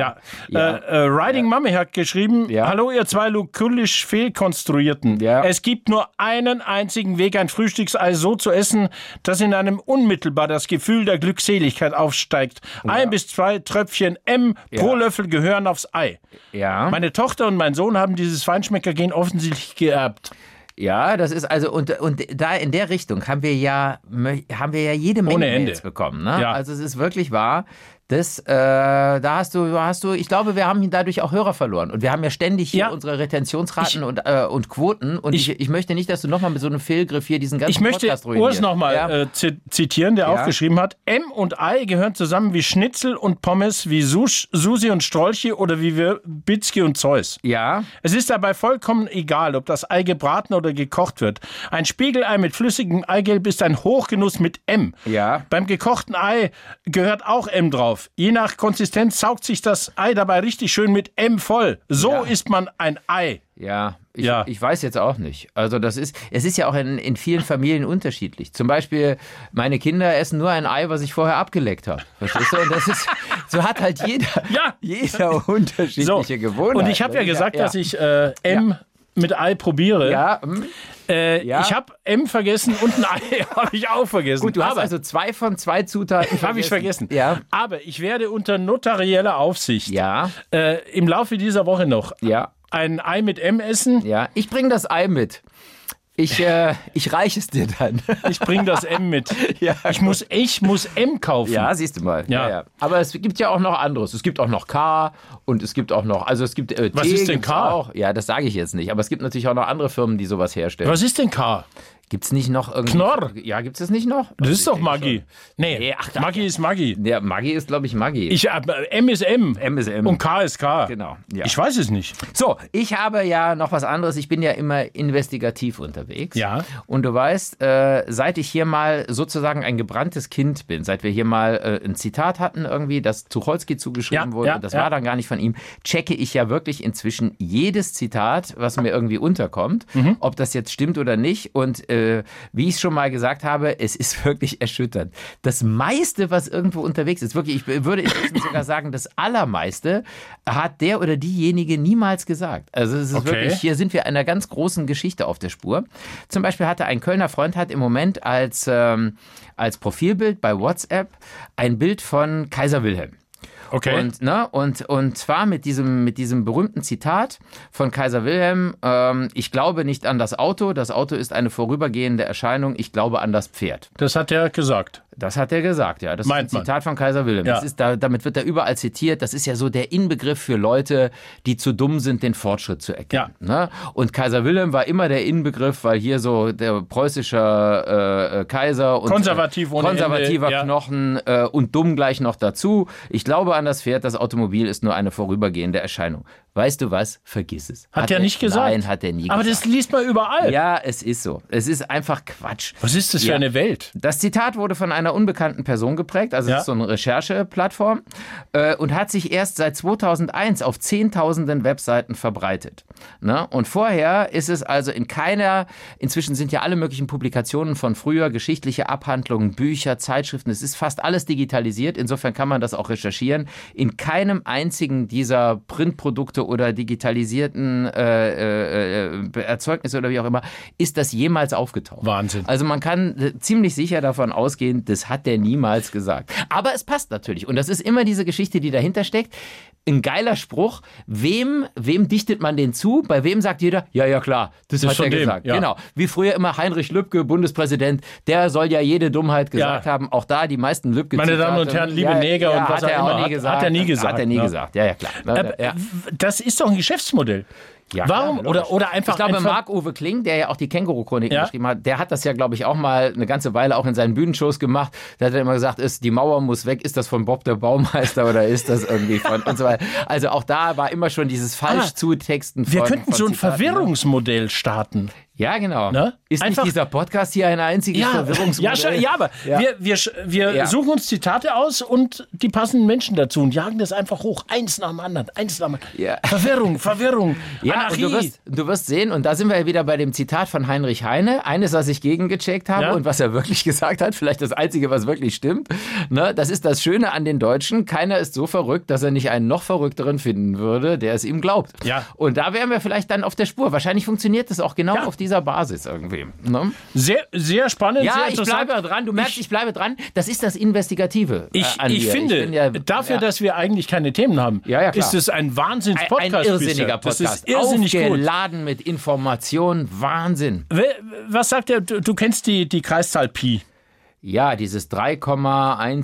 Speaker 3: Ja. Äh, äh, Riding Mummy hat geschrieben:
Speaker 2: Ja.
Speaker 3: Hallo, ihr zwei lukullisch Fehlkonstruierten.
Speaker 2: Ja.
Speaker 3: Es gibt nur einen einzigen Weg, ein Frühstücksei so zu essen, dass in einem unmittelbar das Gefühl der Glückseligkeit aufsteigt. Ein bis zwei Tröpfchen M pro Löffel gehören aufs Ei.
Speaker 2: ja.
Speaker 3: Meine Tochter und äh, mein Sohn haben dieses Feinschmeckergehen offensichtlich geerbt.
Speaker 2: Ja, das ist also und, und da in der Richtung haben wir ja mö- haben wir ja jede Menge
Speaker 3: Ohne Ende.
Speaker 2: Mails bekommen. Ne?
Speaker 3: Ja.
Speaker 2: Also es ist wirklich wahr. Das, äh, da hast du, hast du, ich glaube, wir haben dadurch auch Hörer verloren und wir haben ja ständig hier
Speaker 3: Ja.
Speaker 2: unsere Retentionsraten und, äh, und Quoten und ich, ich, möchte nicht, dass du nochmal mit so einem Fehlgriff hier diesen ganzen
Speaker 3: Ich möchte
Speaker 2: Podcast ruinierst.
Speaker 3: Urs nochmal
Speaker 2: Ja.
Speaker 3: äh, zi- zitieren, der aufgeschrieben hat: M und Ei gehören zusammen wie Schnitzel und Pommes, wie Sus Susi und Strolche oder wie Wirbitzki und Zeus.
Speaker 2: ja,
Speaker 3: Es ist dabei vollkommen egal, ob das Ei gebraten oder gekocht wird. Ein Spiegelei mit flüssigem Eigelb ist ein Hochgenuss mit M.
Speaker 2: Ja.
Speaker 3: Beim gekochten Ei gehört auch M drauf. Je nach Konsistenz saugt sich das Ei dabei richtig schön mit M voll. So isst man ein Ei.
Speaker 2: Ja ich,
Speaker 3: Ja.
Speaker 2: ich weiß jetzt auch nicht. Also das ist, es ist ja auch in, in vielen Familien unterschiedlich. Zum Beispiel, meine Kinder essen nur ein Ei, was ich vorher abgeleckt habe. Verstehst du? Und das ist, so hat halt jeder,
Speaker 3: Ja.
Speaker 2: jeder unterschiedliche
Speaker 3: So.
Speaker 2: Gewohnheit.
Speaker 3: Und ich habe ja
Speaker 2: Das ist
Speaker 3: gesagt,
Speaker 2: ja,
Speaker 3: dass ich äh, M mit Ei probiere.
Speaker 2: Ja, hm.
Speaker 3: Äh,
Speaker 2: Ja.
Speaker 3: Ich habe M vergessen und ein Ei habe ich auch vergessen.
Speaker 2: gut, du hast
Speaker 3: Aber
Speaker 2: also zwei von zwei Zutaten.
Speaker 3: habe ich vergessen.
Speaker 2: Ja.
Speaker 3: Aber ich werde unter notarieller Aufsicht
Speaker 2: Ja,
Speaker 3: äh, im Laufe dieser Woche noch
Speaker 2: ja,
Speaker 3: ein Ei mit M essen.
Speaker 2: ja. Ich bringe das Ei mit. Ich, äh, ich reiche es dir dann.
Speaker 3: Ich bringe das M mit.
Speaker 2: Ja,
Speaker 3: ich, muss, ich muss M kaufen.
Speaker 2: Ja, siehst du mal.
Speaker 3: Hm. Ja.
Speaker 2: Aber es gibt ja auch noch anderes. Es gibt auch noch K und es gibt auch noch, also es gibt äh,
Speaker 3: Was
Speaker 2: T
Speaker 3: ist denn
Speaker 2: gibt's
Speaker 3: K?
Speaker 2: Auch. Ja, das sage ich jetzt nicht. Aber es gibt natürlich auch noch andere Firmen, die sowas herstellen.
Speaker 3: Was ist denn K?
Speaker 2: Gibt es nicht noch irgendwie...
Speaker 3: Knorr.
Speaker 2: Ja, gibt es das nicht noch? Also
Speaker 3: Das ist doch
Speaker 2: Ich denke
Speaker 3: Maggi. Nee,
Speaker 2: Nee, ach, da-
Speaker 3: Maggi ist Maggi.
Speaker 2: schon. Ja, Maggi ist, glaube ich, Maggi.
Speaker 3: Ich, äh, M ist M.
Speaker 2: M ist M.
Speaker 3: Und K ist K.
Speaker 2: Genau, ja.
Speaker 3: Ich weiß es nicht.
Speaker 2: So, ich habe ja noch was anderes. Ich bin ja immer investigativ unterwegs.
Speaker 3: Ja.
Speaker 2: Und du weißt, äh, seit ich hier mal sozusagen ein gebranntes Kind bin, seit wir hier mal äh, ein Zitat hatten irgendwie, das Tucholsky zugeschrieben
Speaker 3: Ja,
Speaker 2: wurde,
Speaker 3: ja,
Speaker 2: das
Speaker 3: ja.
Speaker 2: war dann gar nicht von ihm, checke ich ja wirklich inzwischen jedes Zitat, was mir irgendwie unterkommt, ob das jetzt stimmt oder nicht. Und äh, wie ich schon mal gesagt habe, es ist wirklich erschütternd. Das meiste, was irgendwo unterwegs ist, wirklich, ich würde inzwischen sogar sagen, das allermeiste hat der oder diejenige niemals gesagt. Also es ist
Speaker 3: Okay.
Speaker 2: wirklich hier sind wir einer ganz großen Geschichte auf der Spur. Zum Beispiel hatte ein Kölner Freund hat im Moment als, ähm, als Profilbild bei WhatsApp ein Bild von Kaiser Wilhelm.
Speaker 3: Okay.
Speaker 2: Und, ne, und, und zwar mit diesem, mit diesem berühmten Zitat von Kaiser Wilhelm, ähm, ich glaube nicht an das Auto, das Auto ist eine vorübergehende Erscheinung, ich glaube an das Pferd.
Speaker 3: das hat er gesagt.
Speaker 2: Das hat er gesagt, ja. Das
Speaker 3: Meint
Speaker 2: ist ein
Speaker 3: man.
Speaker 2: Zitat von Kaiser Wilhelm.
Speaker 3: Ja.
Speaker 2: Das ist, da, damit wird er überall zitiert. Das ist ja so der Inbegriff für Leute, die zu dumm sind, den Fortschritt zu erkennen. Ne? Und Kaiser Wilhelm war immer der Inbegriff, weil hier so der preußische äh, äh, Kaiser und
Speaker 3: Konservativ
Speaker 2: äh,
Speaker 3: ohne Ende,
Speaker 2: konservativer
Speaker 3: ja.
Speaker 2: Knochen äh, und dumm gleich noch dazu. Ich glaube an das Pferd, das Automobil ist nur eine vorübergehende Erscheinung. Weißt du was? Vergiss es.
Speaker 3: Hat, er nicht gesagt?
Speaker 2: Nein, hat er nie
Speaker 3: Aber
Speaker 2: gesagt.
Speaker 3: das liest man überall.
Speaker 2: ja, es ist so. Es ist einfach Quatsch.
Speaker 3: Was ist das für
Speaker 2: Ja.
Speaker 3: eine Welt?
Speaker 2: Das Zitat wurde von einer unbekannten Person geprägt, also
Speaker 3: Ja.
Speaker 2: das ist so eine Rechercheplattform, äh, und hat sich erst seit 2001 auf zehntausenden Webseiten verbreitet. Ne? Und vorher ist es also in keiner, inzwischen sind ja alle möglichen Publikationen von früher, geschichtliche Abhandlungen, Bücher, Zeitschriften, es ist fast alles digitalisiert, insofern kann man das auch recherchieren. In keinem einzigen dieser Printprodukte oder digitalisierten äh, äh, äh, Erzeugnisse oder wie auch immer, ist das jemals aufgetaucht.
Speaker 3: Wahnsinn.
Speaker 2: Also man kann äh, ziemlich sicher davon ausgehen, das hat der niemals gesagt. Aber es passt natürlich. Und das ist immer diese Geschichte, die dahinter steckt. Ein geiler Spruch. Wem, wem dichtet man den zu? Bei wem sagt jeder, ja, ja, klar, das,
Speaker 3: Das
Speaker 2: hat
Speaker 3: von
Speaker 2: er
Speaker 3: dem,
Speaker 2: gesagt.
Speaker 3: ja.
Speaker 2: Genau. Wie früher immer Heinrich Lübcke, Bundespräsident, der soll ja jede Dummheit gesagt
Speaker 3: Ja.
Speaker 2: haben. Auch da die meisten lübcke
Speaker 3: Meine Damen und Herren, liebe Neger und was
Speaker 2: hat er
Speaker 3: auch
Speaker 2: auch
Speaker 3: immer,
Speaker 2: nie
Speaker 3: hat-
Speaker 2: gesagt.
Speaker 3: hat er nie gesagt,
Speaker 2: Hat er nie
Speaker 3: ne?
Speaker 2: gesagt. Ja, ja, klar.
Speaker 3: Aber,
Speaker 2: ja.
Speaker 3: Äh, w- Das ist doch ein Geschäftsmodell.
Speaker 2: Ja,
Speaker 3: Warum?
Speaker 2: klar,
Speaker 3: oder, oder einfach.
Speaker 2: Ich glaube,
Speaker 3: einfach,
Speaker 2: Marc-Uwe Kling, der ja auch die Känguru-Chroniken
Speaker 3: Ja.
Speaker 2: geschrieben hat, der hat das ja, glaube ich, auch mal eine ganze Weile auch in seinen Bühnenshows gemacht. Da hat er immer gesagt, ist, die Mauer muss weg, ist das von Bob der Baumeister oder ist das irgendwie von und so weiter. Also auch da war immer schon dieses
Speaker 3: Ah,
Speaker 2: Falsch-Zutexten von
Speaker 3: wir könnten
Speaker 2: von
Speaker 3: so ein
Speaker 2: Zitaten, ne?
Speaker 3: Verwirrungsmodell starten.
Speaker 2: Ja, genau.
Speaker 3: Ne?
Speaker 2: Ist
Speaker 3: Einfach-
Speaker 2: nicht dieser Podcast hier ein einziges
Speaker 3: ja,
Speaker 2: Verwirrungsmodell?
Speaker 3: schon- ja, aber wir, wir, sch- wir
Speaker 2: Ja.
Speaker 3: suchen uns Zitate aus und die passenden Menschen dazu und jagen das einfach hoch. Eins nach dem anderen, eins nach dem anderen.
Speaker 2: Ja.
Speaker 3: Verwirrung, Verwirrung,
Speaker 2: Ja, und
Speaker 3: Anarchie.
Speaker 2: du wirst, du wirst sehen, und da sind wir ja wieder bei dem Zitat von Heinrich Heine. Eines, was ich gegengecheckt habe
Speaker 3: Ja.
Speaker 2: und was er wirklich gesagt hat, vielleicht das Einzige, was wirklich stimmt. Ne, das ist das Schöne an den Deutschen. Keiner ist so verrückt, dass er nicht einen noch verrückteren finden würde, der es ihm glaubt.
Speaker 3: Ja.
Speaker 2: Und da wären wir vielleicht dann auf der Spur. Wahrscheinlich funktioniert das auch genau
Speaker 3: Ja.
Speaker 2: auf dieser Basis irgendwie. Ne?
Speaker 3: Sehr, sehr spannend,
Speaker 2: Ja,
Speaker 3: sehr
Speaker 2: ich
Speaker 3: interessant.
Speaker 2: bleibe dran. Du merkst, ich, bleibe dran. Das ist das Investigative. äh,
Speaker 3: Ich,
Speaker 2: an
Speaker 3: ich
Speaker 2: mir.
Speaker 3: finde,
Speaker 2: bin ja-
Speaker 3: dafür,
Speaker 2: ja.
Speaker 3: dass wir eigentlich keine Themen haben,
Speaker 2: Ja, ja, klar.
Speaker 3: ist es ein
Speaker 2: Ein, ein
Speaker 3: Wahnsinns-Podcast.
Speaker 2: irrsinniger
Speaker 3: bisher.
Speaker 2: Podcast.
Speaker 3: Das ist irrsinnig gut.
Speaker 2: Aufgeladen mit Informationen. Wahnsinn.
Speaker 3: Wer- Was sagt der? Du, du kennst die, die Kreiszahl Pi.
Speaker 2: Ja, dieses 3,14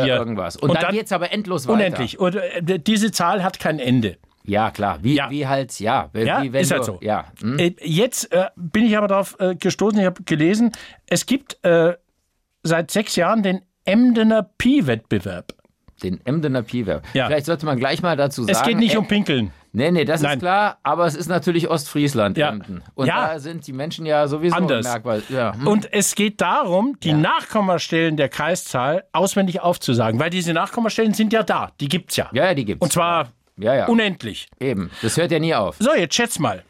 Speaker 3: 1,4.
Speaker 2: irgendwas. Und,
Speaker 3: Und
Speaker 2: dann,
Speaker 3: dann-
Speaker 2: geht's aber endlos weiter.
Speaker 3: Unendlich. Und, äh, d- diese Zahl hat kein Ende.
Speaker 2: Ja, klar. Wie,
Speaker 3: Ja.
Speaker 2: wie halt, ja. Wie,
Speaker 3: Ja,
Speaker 2: wie wenn
Speaker 3: ist halt
Speaker 2: du,
Speaker 3: so.
Speaker 2: Ja. Hm?
Speaker 3: Äh, Jetzt äh, bin ich aber darauf äh, gestoßen, ich habe gelesen, es gibt äh, seit sechs Jahren den Emdener Pi-Wettbewerb.
Speaker 2: Den Emdener Piwer.
Speaker 3: Ja.
Speaker 2: Vielleicht sollte man gleich mal dazu sagen.
Speaker 3: Es geht nicht
Speaker 2: äh,
Speaker 3: um Pinkeln.
Speaker 2: Nee, nee, das
Speaker 3: Nein.
Speaker 2: ist klar, aber es ist natürlich Ostfriesland.
Speaker 3: Ja.
Speaker 2: Emden. Und
Speaker 3: Ja.
Speaker 2: da sind die Menschen ja sowieso
Speaker 3: Anders.
Speaker 2: merkbar. Ja. Hm.
Speaker 3: Und es geht darum, die Nachkommastellen der Kreiszahl auswendig aufzusagen, weil diese Nachkommastellen sind ja da, die gibt's ja.
Speaker 2: ja, ja, die gibt's.
Speaker 3: Und zwar
Speaker 2: ja, ja.
Speaker 3: unendlich.
Speaker 2: Eben. Das hört ja nie auf.
Speaker 3: So, jetzt schätz mal.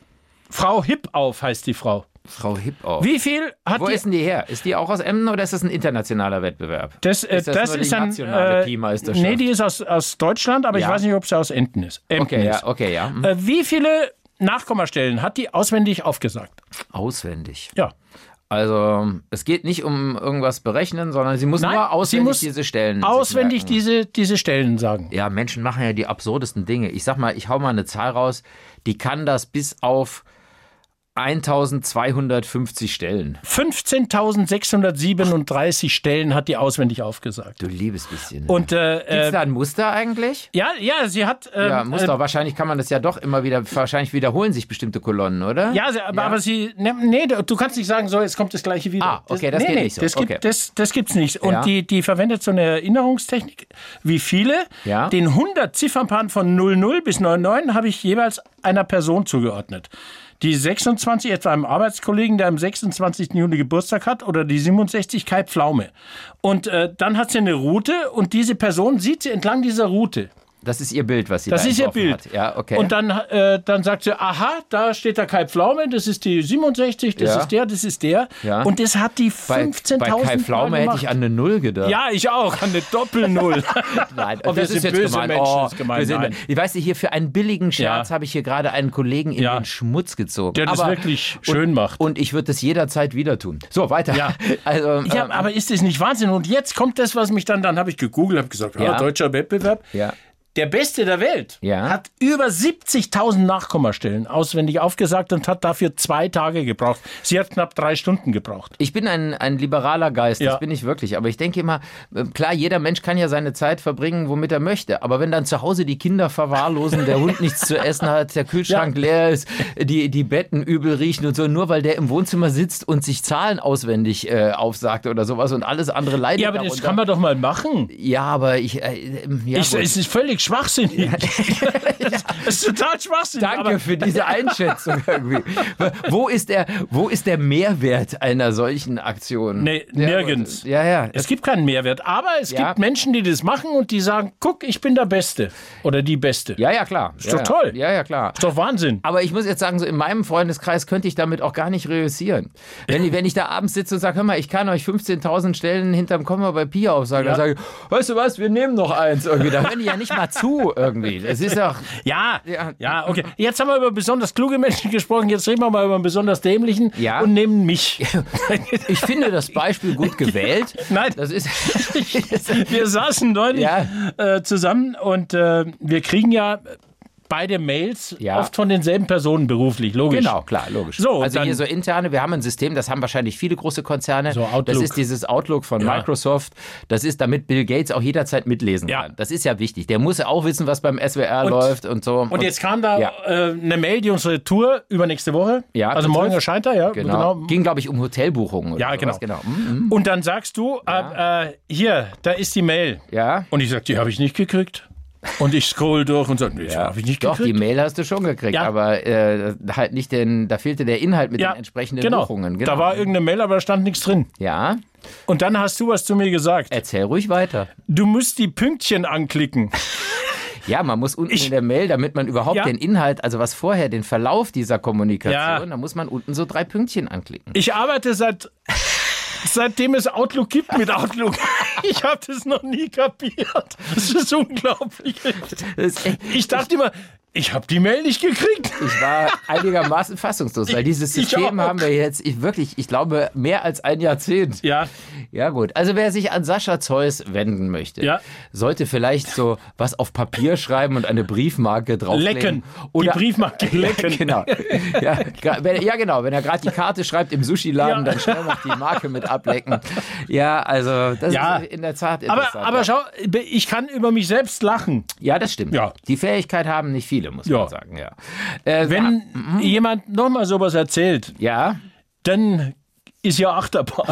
Speaker 3: Frau Hip auf heißt die Frau.
Speaker 2: Frau Hip auf.
Speaker 3: Wie viel hat
Speaker 2: Wo
Speaker 3: die
Speaker 2: ist denn die her? Ist die auch aus Emden oder ist das ein internationaler Wettbewerb?
Speaker 3: Das, äh,
Speaker 2: Ist das nur die
Speaker 3: ist ein,
Speaker 2: nationale
Speaker 3: äh,
Speaker 2: Pi-Meisterschaft?
Speaker 3: Nee, die ist aus, aus Deutschland, aber ich
Speaker 2: Ja.
Speaker 3: weiß nicht, ob sie aus Emden ist. Emden
Speaker 2: okay,
Speaker 3: ist.
Speaker 2: ja, okay, ja. Hm.
Speaker 3: Äh, wie viele Nachkommastellen hat die auswendig aufgesagt?
Speaker 2: Auswendig.
Speaker 3: Ja.
Speaker 2: Also es geht nicht um irgendwas berechnen, sondern sie muss
Speaker 3: Nein,
Speaker 2: nur auswendig
Speaker 3: sie muss
Speaker 2: diese Stellen. sich
Speaker 3: Auswendig
Speaker 2: merken.
Speaker 3: diese, diese Stellen sagen.
Speaker 2: Ja, Menschen machen ja die absurdesten Dinge. Ich sag mal, ich hau mal eine Zahl raus, die kann das bis auf 1250 Stellen.
Speaker 3: 15.637 Stellen hat die auswendig aufgesagt.
Speaker 2: Du liebes bisschen.
Speaker 3: Und äh,
Speaker 2: Gibt's
Speaker 3: äh,
Speaker 2: da ein Muster eigentlich?
Speaker 3: ja, ja, sie hat. ähm,
Speaker 2: Ja, Muster. wahrscheinlich kann man das ja doch immer wieder, wahrscheinlich wiederholen sich bestimmte Kolonnen, oder?
Speaker 3: Ja, sie- aber, aber sie. Ne, nee, du du kannst nicht sagen, so, jetzt kommt das gleiche wieder.
Speaker 2: Ah, okay, das
Speaker 3: nee,
Speaker 2: geht
Speaker 3: nee,
Speaker 2: nicht so.
Speaker 3: Das, gibt,
Speaker 2: Okay.
Speaker 3: das, das gibt's nicht. Und
Speaker 2: Ja.
Speaker 3: die, die verwendet so eine Erinnerungstechnik, wie viele.
Speaker 2: Ja.
Speaker 3: Den 100 Ziffernpaaren von 00 bis 99 habe ich jeweils einer Person zugeordnet. Die 26 etwa einem Arbeitskollegen, der am 26. Juni Geburtstag hat, oder die 67 Kai Pflaume. Und äh, dann hat sie eine Route und diese Person sieht sie entlang dieser Route.
Speaker 2: Das ist ihr Bild, was sie
Speaker 3: Das
Speaker 2: da
Speaker 3: ist ihr
Speaker 2: entworfen
Speaker 3: Bild.
Speaker 2: Hat. Ja, okay.
Speaker 3: Und dann, äh, dann sagt sie, aha, da steht der Kai Pflaume, das ist die 67, das
Speaker 2: Ja.
Speaker 3: ist der, das ist der.
Speaker 2: Ja.
Speaker 3: Und das hat die
Speaker 2: bei,
Speaker 3: 15.000
Speaker 2: bei Kai
Speaker 3: Mal
Speaker 2: Pflaume hätte
Speaker 3: gemacht.
Speaker 2: ich an eine Null gedacht.
Speaker 3: Ja, ich auch, an eine Doppel-Null.
Speaker 2: Nein,
Speaker 3: Oh, wir
Speaker 2: das
Speaker 3: sind
Speaker 2: ist jetzt
Speaker 3: böse
Speaker 2: gemein.
Speaker 3: Menschen,
Speaker 2: oh,
Speaker 3: ist gemein,
Speaker 2: wir
Speaker 3: nein.
Speaker 2: ich weiß nicht, hier für einen billigen Scherz
Speaker 3: Ja.
Speaker 2: habe ich hier gerade einen Kollegen in
Speaker 3: Ja.
Speaker 2: den Schmutz gezogen.
Speaker 3: Der das
Speaker 2: aber,
Speaker 3: wirklich schön macht.
Speaker 2: Und ich würde das jederzeit wieder tun. So, weiter.
Speaker 3: Ja.
Speaker 2: Also,
Speaker 3: ja,
Speaker 2: ähm,
Speaker 3: aber ist das nicht Wahnsinn? Und jetzt kommt das, was mich dann, dann habe ich gegoogelt, habe gesagt, ja.
Speaker 2: Ja.
Speaker 3: deutscher Wettbewerb.
Speaker 2: Ja.
Speaker 3: Der Beste der Welt
Speaker 2: Ja.
Speaker 3: hat über 70.000 Nachkommastellen auswendig aufgesagt und hat dafür zwei Tage gebraucht. Sie hat knapp drei Stunden gebraucht.
Speaker 2: Ich bin ein, ein liberaler Geist,
Speaker 3: Ja.
Speaker 2: das bin ich wirklich. Aber ich denke immer, äh, klar, jeder Mensch kann ja seine Zeit verbringen, womit er möchte. Aber wenn dann zu Hause die Kinder verwahrlosen, der Hund nichts zu essen hat, der Kühlschrank leer ist, die, die Betten übel riechen und so, nur weil der im Wohnzimmer sitzt und sich Zahlen auswendig äh, aufsagt oder sowas und alles andere leidet
Speaker 3: Ja, aber das
Speaker 2: darunter.
Speaker 3: kann man doch mal machen.
Speaker 2: Ja, aber ich. Äh, ähm, ja,
Speaker 3: Ich,
Speaker 2: gut.
Speaker 3: es ist völlig schwachsinnig. Es ist total schwachsinnig.
Speaker 2: Danke
Speaker 3: aber
Speaker 2: für diese Einschätzung irgendwie. wo, ist der, wo ist der Mehrwert einer solchen Aktion?
Speaker 3: Nee, nirgends.
Speaker 2: Ja, ja.
Speaker 3: Es gibt keinen Mehrwert. Aber es
Speaker 2: Ja.
Speaker 3: gibt Menschen, die das machen und die sagen: Guck, ich bin der Beste. Oder die Beste.
Speaker 2: Ja, ja, klar. Ist
Speaker 3: doch
Speaker 2: ja,
Speaker 3: toll.
Speaker 2: Ja, ja, klar.
Speaker 3: Ist doch Wahnsinn.
Speaker 2: Aber ich muss jetzt sagen, so in meinem Freundeskreis könnte ich damit auch gar nicht reüssieren. Wenn, ich- wenn ich da abends sitze und sage, hör mal, ich kann euch 15.000 Stellen hinterm Komma bei Pi aufsagen,
Speaker 3: Ja.
Speaker 2: dann sage ich, weißt du was, wir nehmen noch eins irgendwie. Da hören die ja nicht mal zu irgendwie. Das ist doch,
Speaker 3: Ja, ja,
Speaker 2: Ja.
Speaker 3: okay. Jetzt haben wir über besonders kluge Menschen gesprochen. Jetzt reden wir mal über einen besonders dämlichen
Speaker 2: Ja.
Speaker 3: und nehmen mich.
Speaker 2: ich finde das Beispiel gut gewählt.
Speaker 3: Nein.
Speaker 2: Das ist,
Speaker 3: wir saßen neulich
Speaker 2: Ja.
Speaker 3: äh, zusammen und äh, wir kriegen ja beide Mails
Speaker 2: Ja.
Speaker 3: oft von denselben Personen beruflich, logisch.
Speaker 2: Genau, klar, logisch.
Speaker 3: So,
Speaker 2: also
Speaker 3: dann-
Speaker 2: hier so interne, wir haben ein System, das haben wahrscheinlich viele große Konzerne.
Speaker 3: So Outlook.
Speaker 2: Das ist dieses Outlook von
Speaker 3: Ja.
Speaker 2: Microsoft. Das ist, damit Bill Gates auch jederzeit mitlesen
Speaker 3: Ja.
Speaker 2: kann. Das ist ja wichtig. Der muss ja auch wissen, was beim SWR
Speaker 3: Und-
Speaker 2: läuft und so.
Speaker 3: Und jetzt kam da
Speaker 2: Ja.
Speaker 3: äh, eine Mail, die unsere Tour übernächste Woche,
Speaker 2: Ja,
Speaker 3: also
Speaker 2: betrifft.
Speaker 3: morgen erscheint er, ja,
Speaker 2: Genau.
Speaker 3: genau.
Speaker 2: Ging, glaube ich, um Hotelbuchungen. Oder
Speaker 3: Ja,
Speaker 2: sowas.
Speaker 3: genau.
Speaker 2: genau. Mhm.
Speaker 3: Und dann sagst du, äh, äh, hier, da ist die Mail.
Speaker 2: Ja.
Speaker 3: Und ich sag, die habe ich nicht gekriegt. Und ich scroll durch und sag, nee, die habe ich nicht
Speaker 2: Doch, die
Speaker 3: gekriegt.
Speaker 2: Mail hast du schon gekriegt,
Speaker 3: Ja.
Speaker 2: aber äh, halt nicht den, da fehlte der Inhalt mit
Speaker 3: ja,
Speaker 2: den entsprechenden
Speaker 3: genau.
Speaker 2: Buchungen.
Speaker 3: Da war irgendeine Mail, aber da stand nichts drin.
Speaker 2: ja,
Speaker 3: Und dann hast du was zu mir gesagt.
Speaker 2: erzähl ruhig weiter.
Speaker 3: Du musst die Pünktchen anklicken.
Speaker 2: Ja, man muss unten in der Mail, damit man überhaupt
Speaker 3: Ja.
Speaker 2: den Inhalt, also was vorher, den Verlauf dieser Kommunikation,
Speaker 3: Ja.
Speaker 2: da muss man unten so drei Pünktchen anklicken.
Speaker 3: Ich arbeite seit seitdem es Outlook gibt mit Outlook. Ich habe das noch nie kapiert. Das ist unglaublich.
Speaker 2: Das ist echt,
Speaker 3: Ich dachte immer, ich habe die Mail nicht gekriegt.
Speaker 2: ich war einigermaßen fassungslos, weil dieses
Speaker 3: Ich- ich
Speaker 2: System
Speaker 3: auch.
Speaker 2: haben wir jetzt ich, wirklich, ich glaube, mehr als ein Jahrzehnt.
Speaker 3: Ja,
Speaker 2: Ja, gut. Also, wer sich an Sascha Zeus wenden möchte,
Speaker 3: Ja.
Speaker 2: sollte vielleicht so was auf Papier schreiben und eine Briefmarke drauflegen.
Speaker 3: lecken. die Briefmarke lecken.
Speaker 2: Genau. Ja, gra- wenn, ja, genau. Wenn er gerade die Karte schreibt im Sushi-Laden,
Speaker 3: Ja.
Speaker 2: dann schnell noch die Marke mit ablecken. Ja, also das
Speaker 3: Ja.
Speaker 2: ist in der Tat
Speaker 3: Aber,
Speaker 2: interessant.
Speaker 3: aber schau, ich kann über mich selbst lachen.
Speaker 2: ja, das stimmt.
Speaker 3: Ja.
Speaker 2: Die Fähigkeit haben nicht viele, muss
Speaker 3: Ja.
Speaker 2: man sagen. Ja. Äh,
Speaker 3: Wenn Mhm. jemand nochmal sowas erzählt,
Speaker 2: ja.
Speaker 3: dann ist ja Achterbahn.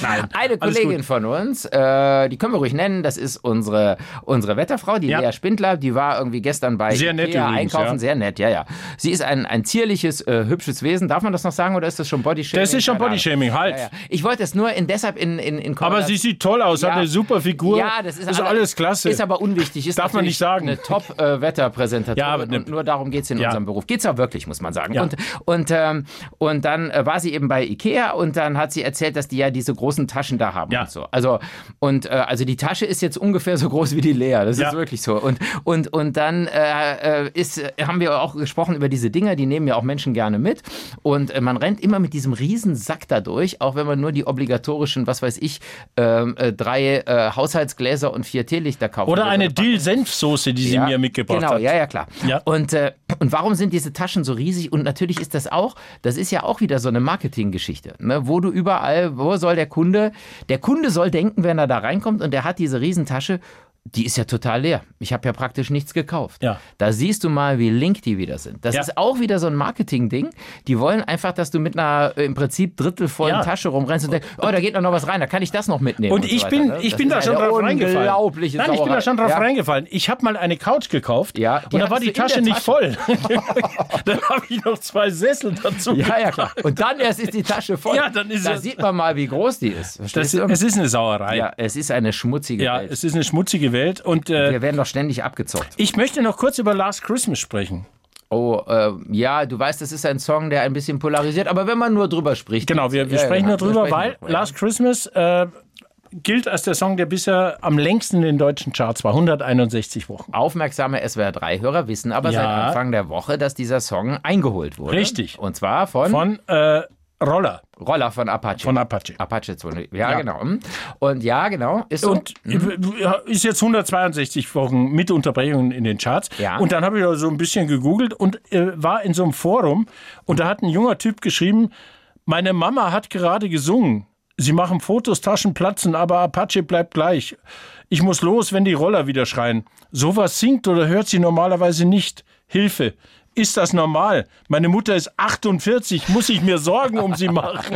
Speaker 3: Nein.
Speaker 2: Eine
Speaker 3: alles
Speaker 2: Kollegin von uns, äh, die können wir ruhig nennen, das ist unsere, unsere Wetterfrau, die
Speaker 3: Ja.
Speaker 2: Lea Spindler, die war irgendwie gestern bei
Speaker 3: Sehr
Speaker 2: Ikea
Speaker 3: nett übrigens,
Speaker 2: einkaufen,
Speaker 3: ja.
Speaker 2: sehr nett, ja, ja. Sie ist ein, ein zierliches, äh, hübsches Wesen, darf man das noch sagen oder ist das schon Bodyshaming?
Speaker 3: Das ist schon
Speaker 2: Keine Ahnung.
Speaker 3: Bodyshaming, halt.
Speaker 2: Ja, ja. Ich wollte es nur in, deshalb in, in, in
Speaker 3: Aber sie sieht toll aus, hat
Speaker 2: Ja.
Speaker 3: eine super Figur.
Speaker 2: Ja, das ist,
Speaker 3: alles,
Speaker 2: alle-
Speaker 3: klasse.
Speaker 2: Ist aber unwichtig. Ist
Speaker 3: Darf man
Speaker 2: natürlich
Speaker 3: nicht sagen.
Speaker 2: Eine Top-Wetterpräsentation.
Speaker 3: Ja, aber ne-
Speaker 2: und nur darum geht es in
Speaker 3: Ja.
Speaker 2: unserem Beruf. Geht es ja wirklich, muss man sagen.
Speaker 3: Ja.
Speaker 2: Und, und, ähm, und dann äh, war sie eben bei Ikea und dann hat sie erzählt, dass die ja diese großen Taschen da haben.
Speaker 3: Ja.
Speaker 2: Und so. Also, und, äh, also die Tasche ist jetzt ungefähr so groß wie die Lea. Das
Speaker 3: Ja.
Speaker 2: ist wirklich so. Und, und, und dann äh, äh, ist, äh, haben wir auch gesprochen über diese Dinger, die nehmen ja auch Menschen gerne mit. Und äh, man rennt immer mit diesem riesen Sack da durch, auch wenn man nur die obligatorischen, was weiß ich, ähm, äh, drei äh, Haushaltsgläser und vier Teelichter kauft.
Speaker 3: Oder eine Dill-Senfsoße, die sie
Speaker 2: Ja,
Speaker 3: mir mitgebracht
Speaker 2: genau,
Speaker 3: hat.
Speaker 2: ja, ja, klar.
Speaker 3: Ja.
Speaker 2: Und, äh, Und warum sind diese Taschen so riesig? Und natürlich ist das auch, das ist ja auch wieder so eine Marketinggeschichte, ne? wo du überall, wo soll der Kunde, der Kunde soll denken, wenn er da reinkommt und der hat diese Riesentasche, die ist ja total leer. Ich habe ja praktisch nichts gekauft.
Speaker 3: Ja.
Speaker 2: Da siehst du mal, wie link die wieder sind. Das
Speaker 3: Ja.
Speaker 2: ist auch wieder so ein Marketing-Ding. Die wollen einfach, dass du mit einer äh, im Prinzip drittelvollen
Speaker 3: Ja.
Speaker 2: Tasche rumrennst und denkst, oh, da geht doch noch was rein, da kann ich das noch mitnehmen.
Speaker 3: Und,
Speaker 2: so
Speaker 3: ich
Speaker 2: weiter,
Speaker 3: bin,
Speaker 2: ne?
Speaker 3: ich
Speaker 2: Das
Speaker 3: bin
Speaker 2: ist
Speaker 3: da schon
Speaker 2: eine
Speaker 3: drauf reingefallen.
Speaker 2: Unglaubliche
Speaker 3: Nein, ich bin
Speaker 2: Sauerei.
Speaker 3: da schon drauf
Speaker 2: Ja.
Speaker 3: reingefallen. Ich habe mal eine Couch gekauft
Speaker 2: Ja, die
Speaker 3: und da war
Speaker 2: hattest du
Speaker 3: die
Speaker 2: in
Speaker 3: Tasche
Speaker 2: der
Speaker 3: nicht
Speaker 2: Tasche.
Speaker 3: voll. dann habe ich noch zwei Sessel dazu.
Speaker 2: Ja, ja, klar. Und dann erst ist die Tasche voll.
Speaker 3: Ja, dann ist
Speaker 2: da
Speaker 3: es-
Speaker 2: sieht man mal, wie groß die ist.
Speaker 3: das,
Speaker 2: Verstehst du?
Speaker 3: es ist eine Sauerei.
Speaker 2: ja, es ist eine schmutzige
Speaker 3: Ja,
Speaker 2: Welt.
Speaker 3: es ist eine schmutzige Welt. Und äh,
Speaker 2: Wir werden doch ständig abgezockt.
Speaker 3: ich möchte noch kurz über Last Christmas sprechen.
Speaker 2: Oh, äh, ja, du weißt, das ist ein Song, der ein bisschen polarisiert, aber wenn man nur drüber spricht.
Speaker 3: Genau, wir, wir
Speaker 2: Ja,
Speaker 3: sprechen
Speaker 2: genau,
Speaker 3: nur drüber,
Speaker 2: wir
Speaker 3: weil
Speaker 2: sprechen drüber, ja.
Speaker 3: Last Christmas äh, gilt als der Song, der bisher am längsten in den deutschen Charts war. 161 Wochen.
Speaker 2: Aufmerksame SWR3-Hörer wissen aber
Speaker 3: Ja.
Speaker 2: seit Anfang der Woche, dass dieser Song eingeholt wurde.
Speaker 3: Richtig.
Speaker 2: Und zwar von,
Speaker 3: Von äh, Roller,
Speaker 2: Roller von Apache.
Speaker 3: von Apache.
Speaker 2: Apache 2. Ja, genau. hm. Und ja, genau. Ist so.
Speaker 3: Und ja, ist jetzt 162 Wochen mit Unterbrechungen in den Charts.
Speaker 2: Ja.
Speaker 3: Und dann habe ich da so ein bisschen gegoogelt und äh, war in so einem Forum und da hat ein junger Typ geschrieben, meine Mama hat gerade gesungen. Sie machen Fotos, Taschen platzen, aber Apache bleibt gleich. Ich muss los, wenn die Roller wieder schreien. Sowas singt oder hört sie normalerweise nicht. Hilfe. Ist das normal? Meine Mutter ist 48. Muss ich mir Sorgen um sie machen?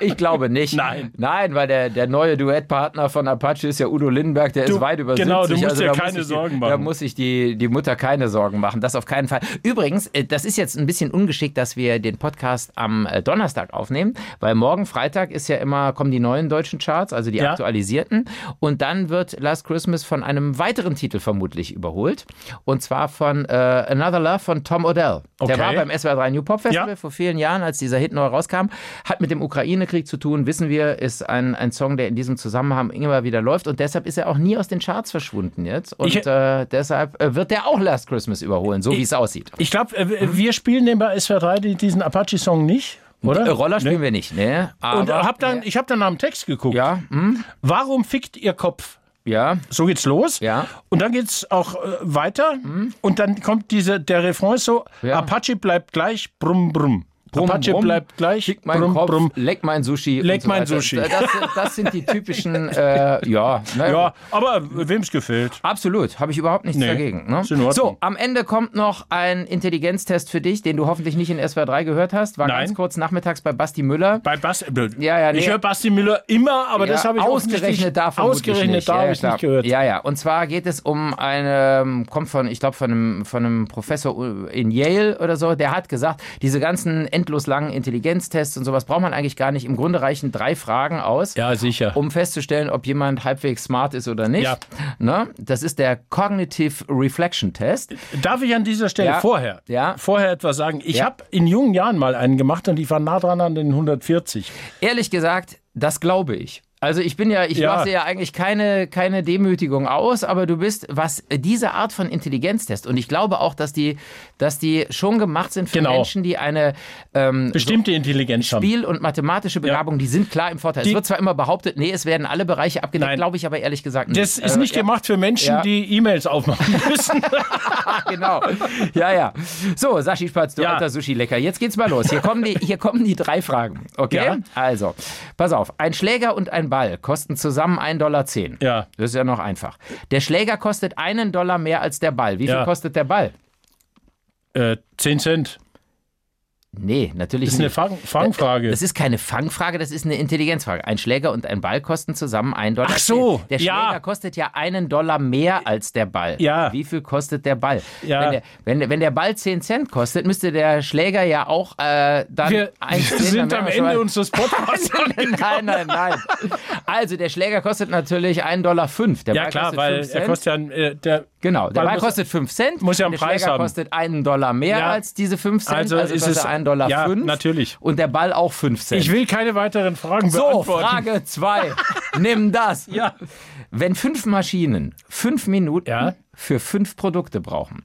Speaker 2: Ich glaube nicht.
Speaker 3: Nein.
Speaker 2: Nein, weil der, der neue Duettpartner von Apache ist ja Udo Lindenberg, der
Speaker 3: Du-
Speaker 2: ist weit über
Speaker 3: genau,
Speaker 2: 70.
Speaker 3: du musst dir
Speaker 2: da muss
Speaker 3: keine
Speaker 2: ich die-
Speaker 3: Sorgen
Speaker 2: Da
Speaker 3: machen.
Speaker 2: muss sich die, die Mutter keine Sorgen machen. Das auf keinen Fall. Übrigens, äh, das ist jetzt ein bisschen ungeschickt, dass wir den Podcast am äh, Donnerstag aufnehmen, weil morgen Freitag ist ja immer, kommen die neuen deutschen Charts, also die
Speaker 3: Ja.
Speaker 2: aktualisierten. Und dann wird Last Christmas von einem weiteren Titel vermutlich überholt. Und zwar von äh, Another Love von Tom Odell.
Speaker 3: Okay.
Speaker 2: Der war beim SWR3 New Pop Festival
Speaker 3: Ja.
Speaker 2: vor vielen Jahren, als dieser Hit neu rauskam. Hat mit dem Ukraine-Krieg zu tun, wissen wir, ist ein, ein Song, der in diesem Zusammenhang immer wieder läuft und deshalb ist er auch nie aus den Charts verschwunden jetzt. Und
Speaker 3: Ich-
Speaker 2: äh, deshalb äh, wird der auch Last Christmas überholen, so wie es aussieht.
Speaker 3: Ich glaube, wir spielen den bei SW3 die- diesen Apache-Song nicht, oder?
Speaker 2: Äh, Roller spielen wir nicht, ne? Aber,
Speaker 3: Und äh, hab dann, ich habe dann nach dem Text geguckt.
Speaker 2: ja, hm,
Speaker 3: Warum fickt ihr Kopf?
Speaker 2: ja,
Speaker 3: So geht's los.
Speaker 2: Ja. Mhm.
Speaker 3: Und dann geht's auch äh, weiter. Und dann kommt diese, der Refrain ist so:
Speaker 2: Ja.
Speaker 3: Apache bleibt gleich, brumm, brumm.
Speaker 2: Brumm,
Speaker 3: Apache
Speaker 2: brumm,
Speaker 3: bleibt gleich,
Speaker 2: mein
Speaker 3: brumm,
Speaker 2: Kopf,
Speaker 3: brumm.
Speaker 2: leck mein Sushi.
Speaker 3: Leck
Speaker 2: und so
Speaker 3: mein
Speaker 2: weiter.
Speaker 3: Sushi.
Speaker 2: Das, das sind die typischen, äh, ja, ne?
Speaker 3: Ja, aber äh, wem's gefällt.
Speaker 2: Absolut, habe ich überhaupt nichts
Speaker 3: Nee,
Speaker 2: dagegen. Ne?
Speaker 3: ist in Ordnung.
Speaker 2: So, am Ende kommt noch ein Intelligenztest für dich, den du hoffentlich nicht in SWR 3 gehört hast. War
Speaker 3: Nein.
Speaker 2: ganz kurz nachmittags bei Basti Müller.
Speaker 3: Bei Basti,
Speaker 2: Ja, ja, nee.
Speaker 3: Ich höre Basti Müller immer, aber
Speaker 2: Ja,
Speaker 3: das habe ich offensichtlich-
Speaker 2: ausgerechnet davon
Speaker 3: ausgerechnet
Speaker 2: nicht.
Speaker 3: da
Speaker 2: ja,
Speaker 3: habe ich
Speaker 2: klar.
Speaker 3: nicht gehört.
Speaker 2: Ja, ja. Und zwar geht es um eine, kommt von, ich glaube, von einem, von einem Professor in Yale oder so, der hat gesagt, diese ganzen endlos langen Intelligenztests und sowas braucht man eigentlich gar nicht. Im Grunde reichen drei Fragen aus.
Speaker 3: Ja, sicher.
Speaker 2: um festzustellen, ob jemand halbwegs smart ist oder nicht.
Speaker 3: Ja.
Speaker 2: Ne? Das ist der Cognitive Reflection Test.
Speaker 3: Darf ich an dieser Stelle
Speaker 2: Ja.
Speaker 3: vorher,
Speaker 2: Ja.
Speaker 3: vorher etwas sagen? Ich
Speaker 2: Ja.
Speaker 3: habe in jungen Jahren mal einen gemacht und ich war nah dran an den 140.
Speaker 2: Ehrlich gesagt, das glaube ich. Also ich bin ja, ich
Speaker 3: Ja.
Speaker 2: mache ja eigentlich keine, keine Demütigung aus, aber du bist, was diese Art von Intelligenztest und ich glaube auch, dass die, dass die schon gemacht sind für
Speaker 3: Genau.
Speaker 2: Menschen, die eine ähm,
Speaker 3: Bestimmte Intelligenz haben.
Speaker 2: Spiel- und mathematische Begabung, die sind klar im Vorteil.
Speaker 3: Die-
Speaker 2: es wird zwar immer behauptet, nee, es werden alle Bereiche abgedeckt,
Speaker 3: Nein.
Speaker 2: glaube ich aber ehrlich gesagt nicht.
Speaker 3: Das ist
Speaker 2: Äh,
Speaker 3: nicht gemacht für Menschen,
Speaker 2: Ja.
Speaker 3: die E-Mails aufmachen müssen.
Speaker 2: genau. Ja, ja. So, Sashi Spatz, du
Speaker 3: Ja.
Speaker 2: alter Sushi-Lecker. Jetzt geht's mal los. Hier kommen die, hier kommen die drei Fragen. Okay?
Speaker 3: Ja.
Speaker 2: Also, pass auf. Ein Schläger und ein Ball kosten zusammen 1,10 Dollar.
Speaker 3: Ja.
Speaker 2: Das ist ja noch einfach. Der Schläger kostet einen Dollar mehr als der Ball. Wie viel
Speaker 3: Ja.
Speaker 2: kostet der Ball?
Speaker 3: äh, 10 Cent.
Speaker 2: Nee, natürlich
Speaker 3: Das ist eine
Speaker 2: nicht.
Speaker 3: Fang Fangfrage.
Speaker 2: Äh, Das ist keine Fangfrage, das ist eine Intelligenzfrage. Ein Schläger und ein Ball kosten zusammen 1 Dollar.
Speaker 3: Ach so,
Speaker 2: Der
Speaker 3: ja.
Speaker 2: Schläger kostet ja einen Dollar mehr als der Ball.
Speaker 3: Ja.
Speaker 2: Wie viel kostet der Ball?
Speaker 3: Ja.
Speaker 2: Wenn, der, wenn, der- wenn der Ball 10 Cent kostet, müsste der Schläger ja auch äh, dann
Speaker 3: wir wir
Speaker 2: 1 Zehner
Speaker 3: sind
Speaker 2: mehr als
Speaker 3: am
Speaker 2: der
Speaker 3: Ende
Speaker 2: Ball.
Speaker 3: unseres Podcasts.
Speaker 2: Nein, nein, nein. Also, der Schläger kostet natürlich 1,05 Dollar. Der
Speaker 3: ja
Speaker 2: Ball
Speaker 3: klar,
Speaker 2: kostet
Speaker 3: weil
Speaker 2: 5
Speaker 3: er
Speaker 2: Cent.
Speaker 3: kostet ja, ein, äh, der,
Speaker 2: Genau, der
Speaker 3: Ball
Speaker 2: Ball,
Speaker 3: muss-
Speaker 2: kostet 5 Cent.
Speaker 3: muss ja einen
Speaker 2: der
Speaker 3: Preis
Speaker 2: Schläger
Speaker 3: haben.
Speaker 2: kostet einen Dollar mehr
Speaker 3: Ja.
Speaker 2: als diese 5 Cent.
Speaker 3: Also ist
Speaker 2: kostet
Speaker 3: es-
Speaker 2: 1,05 Dollar.
Speaker 3: ja, natürlich.
Speaker 2: Und der Ball auch 5 Cent.
Speaker 3: ich will keine weiteren Fragen
Speaker 2: so,
Speaker 3: beantworten.
Speaker 2: Frage 2. Nimm das.
Speaker 3: Ja.
Speaker 2: Wenn fünf Maschinen fünf Minuten
Speaker 3: Ja.
Speaker 2: für fünf Produkte brauchen,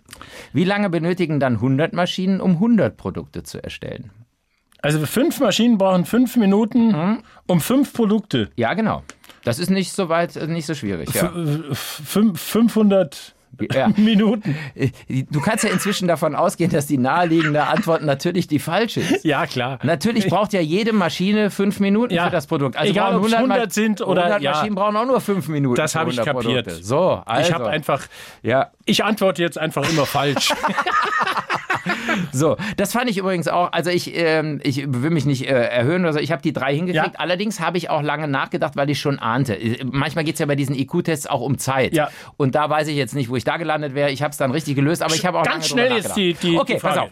Speaker 2: wie lange benötigen dann 100 Maschinen, um 100 Produkte zu erstellen?
Speaker 3: Also fünf Maschinen brauchen fünf Minuten
Speaker 2: Mhm.
Speaker 3: um fünf Produkte.
Speaker 2: äh, Ja, genau. Das ist nicht so weit, äh, nicht so schwierig. Ja.
Speaker 3: Fünf, 500
Speaker 2: Ja.
Speaker 3: Minuten.
Speaker 2: Äh, Du kannst ja inzwischen davon ausgehen, dass die naheliegende Antwort natürlich die falsche ist.
Speaker 3: Ja, klar.
Speaker 2: Natürlich braucht ja jede Maschine fünf Minuten
Speaker 3: Ja.
Speaker 2: für das Produkt. Also
Speaker 3: Egal,
Speaker 2: brauchen
Speaker 3: ob's
Speaker 2: 100 Ma-
Speaker 3: 100 sind oder-
Speaker 2: 100
Speaker 3: ja.
Speaker 2: Maschinen brauchen auch nur fünf Minuten.
Speaker 3: Das
Speaker 2: für
Speaker 3: habe ich
Speaker 2: 100
Speaker 3: kapiert.
Speaker 2: Produkte. So, also.
Speaker 3: Ich habe einfach,
Speaker 2: Ja,
Speaker 3: ich antworte jetzt einfach immer falsch.
Speaker 2: so. Das fand ich übrigens auch. Also, ich, ähm, ich will mich nicht äh, erhöhen oder so. Ich habe die drei hingekriegt.
Speaker 3: Ja.
Speaker 2: Allerdings habe ich auch lange nachgedacht, weil ich schon ahnte. Äh, Manchmal geht es ja bei diesen IQ-Tests auch um Zeit.
Speaker 3: Ja.
Speaker 2: Und da weiß ich jetzt nicht, wo ich da gelandet wäre. Ich habe es dann richtig gelöst, aber ich habe auch lange
Speaker 3: Ganz
Speaker 2: drüber
Speaker 3: schnell jetzt die,
Speaker 2: nachgedacht.
Speaker 3: die,
Speaker 2: Okay,
Speaker 3: die Frage.
Speaker 2: pass auf.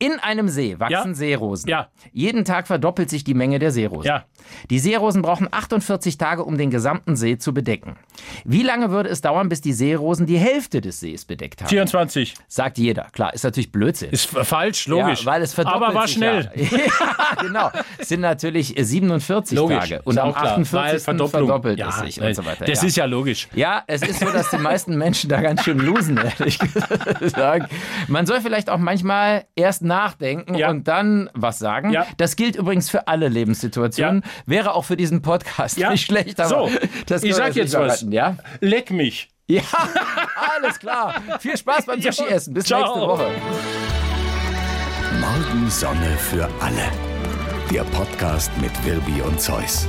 Speaker 2: In einem See wachsen
Speaker 3: Ja.
Speaker 2: Seerosen.
Speaker 3: Ja.
Speaker 2: Jeden Tag verdoppelt sich die Menge der Seerosen.
Speaker 3: Ja.
Speaker 2: Die Seerosen brauchen 48 Tage, um den gesamten See zu bedecken. Wie lange würde es dauern, bis die Seerosen die Hälfte des Sees bedeckt haben?
Speaker 3: 24.
Speaker 2: Sagt jeder. Klar, ist natürlich Blödsinn.
Speaker 3: Ist f- falsch, logisch.
Speaker 2: Ja, weil es verdoppelt
Speaker 3: Aber war
Speaker 2: sich
Speaker 3: schnell.
Speaker 2: Ja. ja, genau. Es sind natürlich 47
Speaker 3: Logisch.
Speaker 2: Tage.
Speaker 3: Ist
Speaker 2: Und am
Speaker 3: auch klar,
Speaker 2: 48.
Speaker 3: weil Verdopplung.
Speaker 2: verdoppelt
Speaker 3: ja,
Speaker 2: es sich
Speaker 3: nein,
Speaker 2: und so weiter.
Speaker 3: Das
Speaker 2: ja.
Speaker 3: ist ja logisch.
Speaker 2: Ja, es ist so, dass die meisten Menschen da ganz schön losen, ehrlich gesagt. Man soll vielleicht auch manchmal erst nachdenken
Speaker 3: Ja.
Speaker 2: und dann was sagen.
Speaker 3: Ja.
Speaker 2: Das gilt übrigens für alle Lebenssituationen. Wäre auch für diesen Podcast
Speaker 3: Ja.
Speaker 2: nicht schlecht, aber
Speaker 3: So,
Speaker 2: das können
Speaker 3: ich
Speaker 2: wir
Speaker 3: sag
Speaker 2: uns
Speaker 3: jetzt
Speaker 2: nicht
Speaker 3: was.
Speaker 2: verraten, Ja?
Speaker 3: Leck mich.
Speaker 2: ja, alles klar. Viel Spaß beim
Speaker 3: Jo.
Speaker 2: Sushi-Essen. Bis
Speaker 3: Ciao.
Speaker 2: nächste Woche.
Speaker 1: Morgensonne für alle. Der Podcast mit Wirbi und Zeus.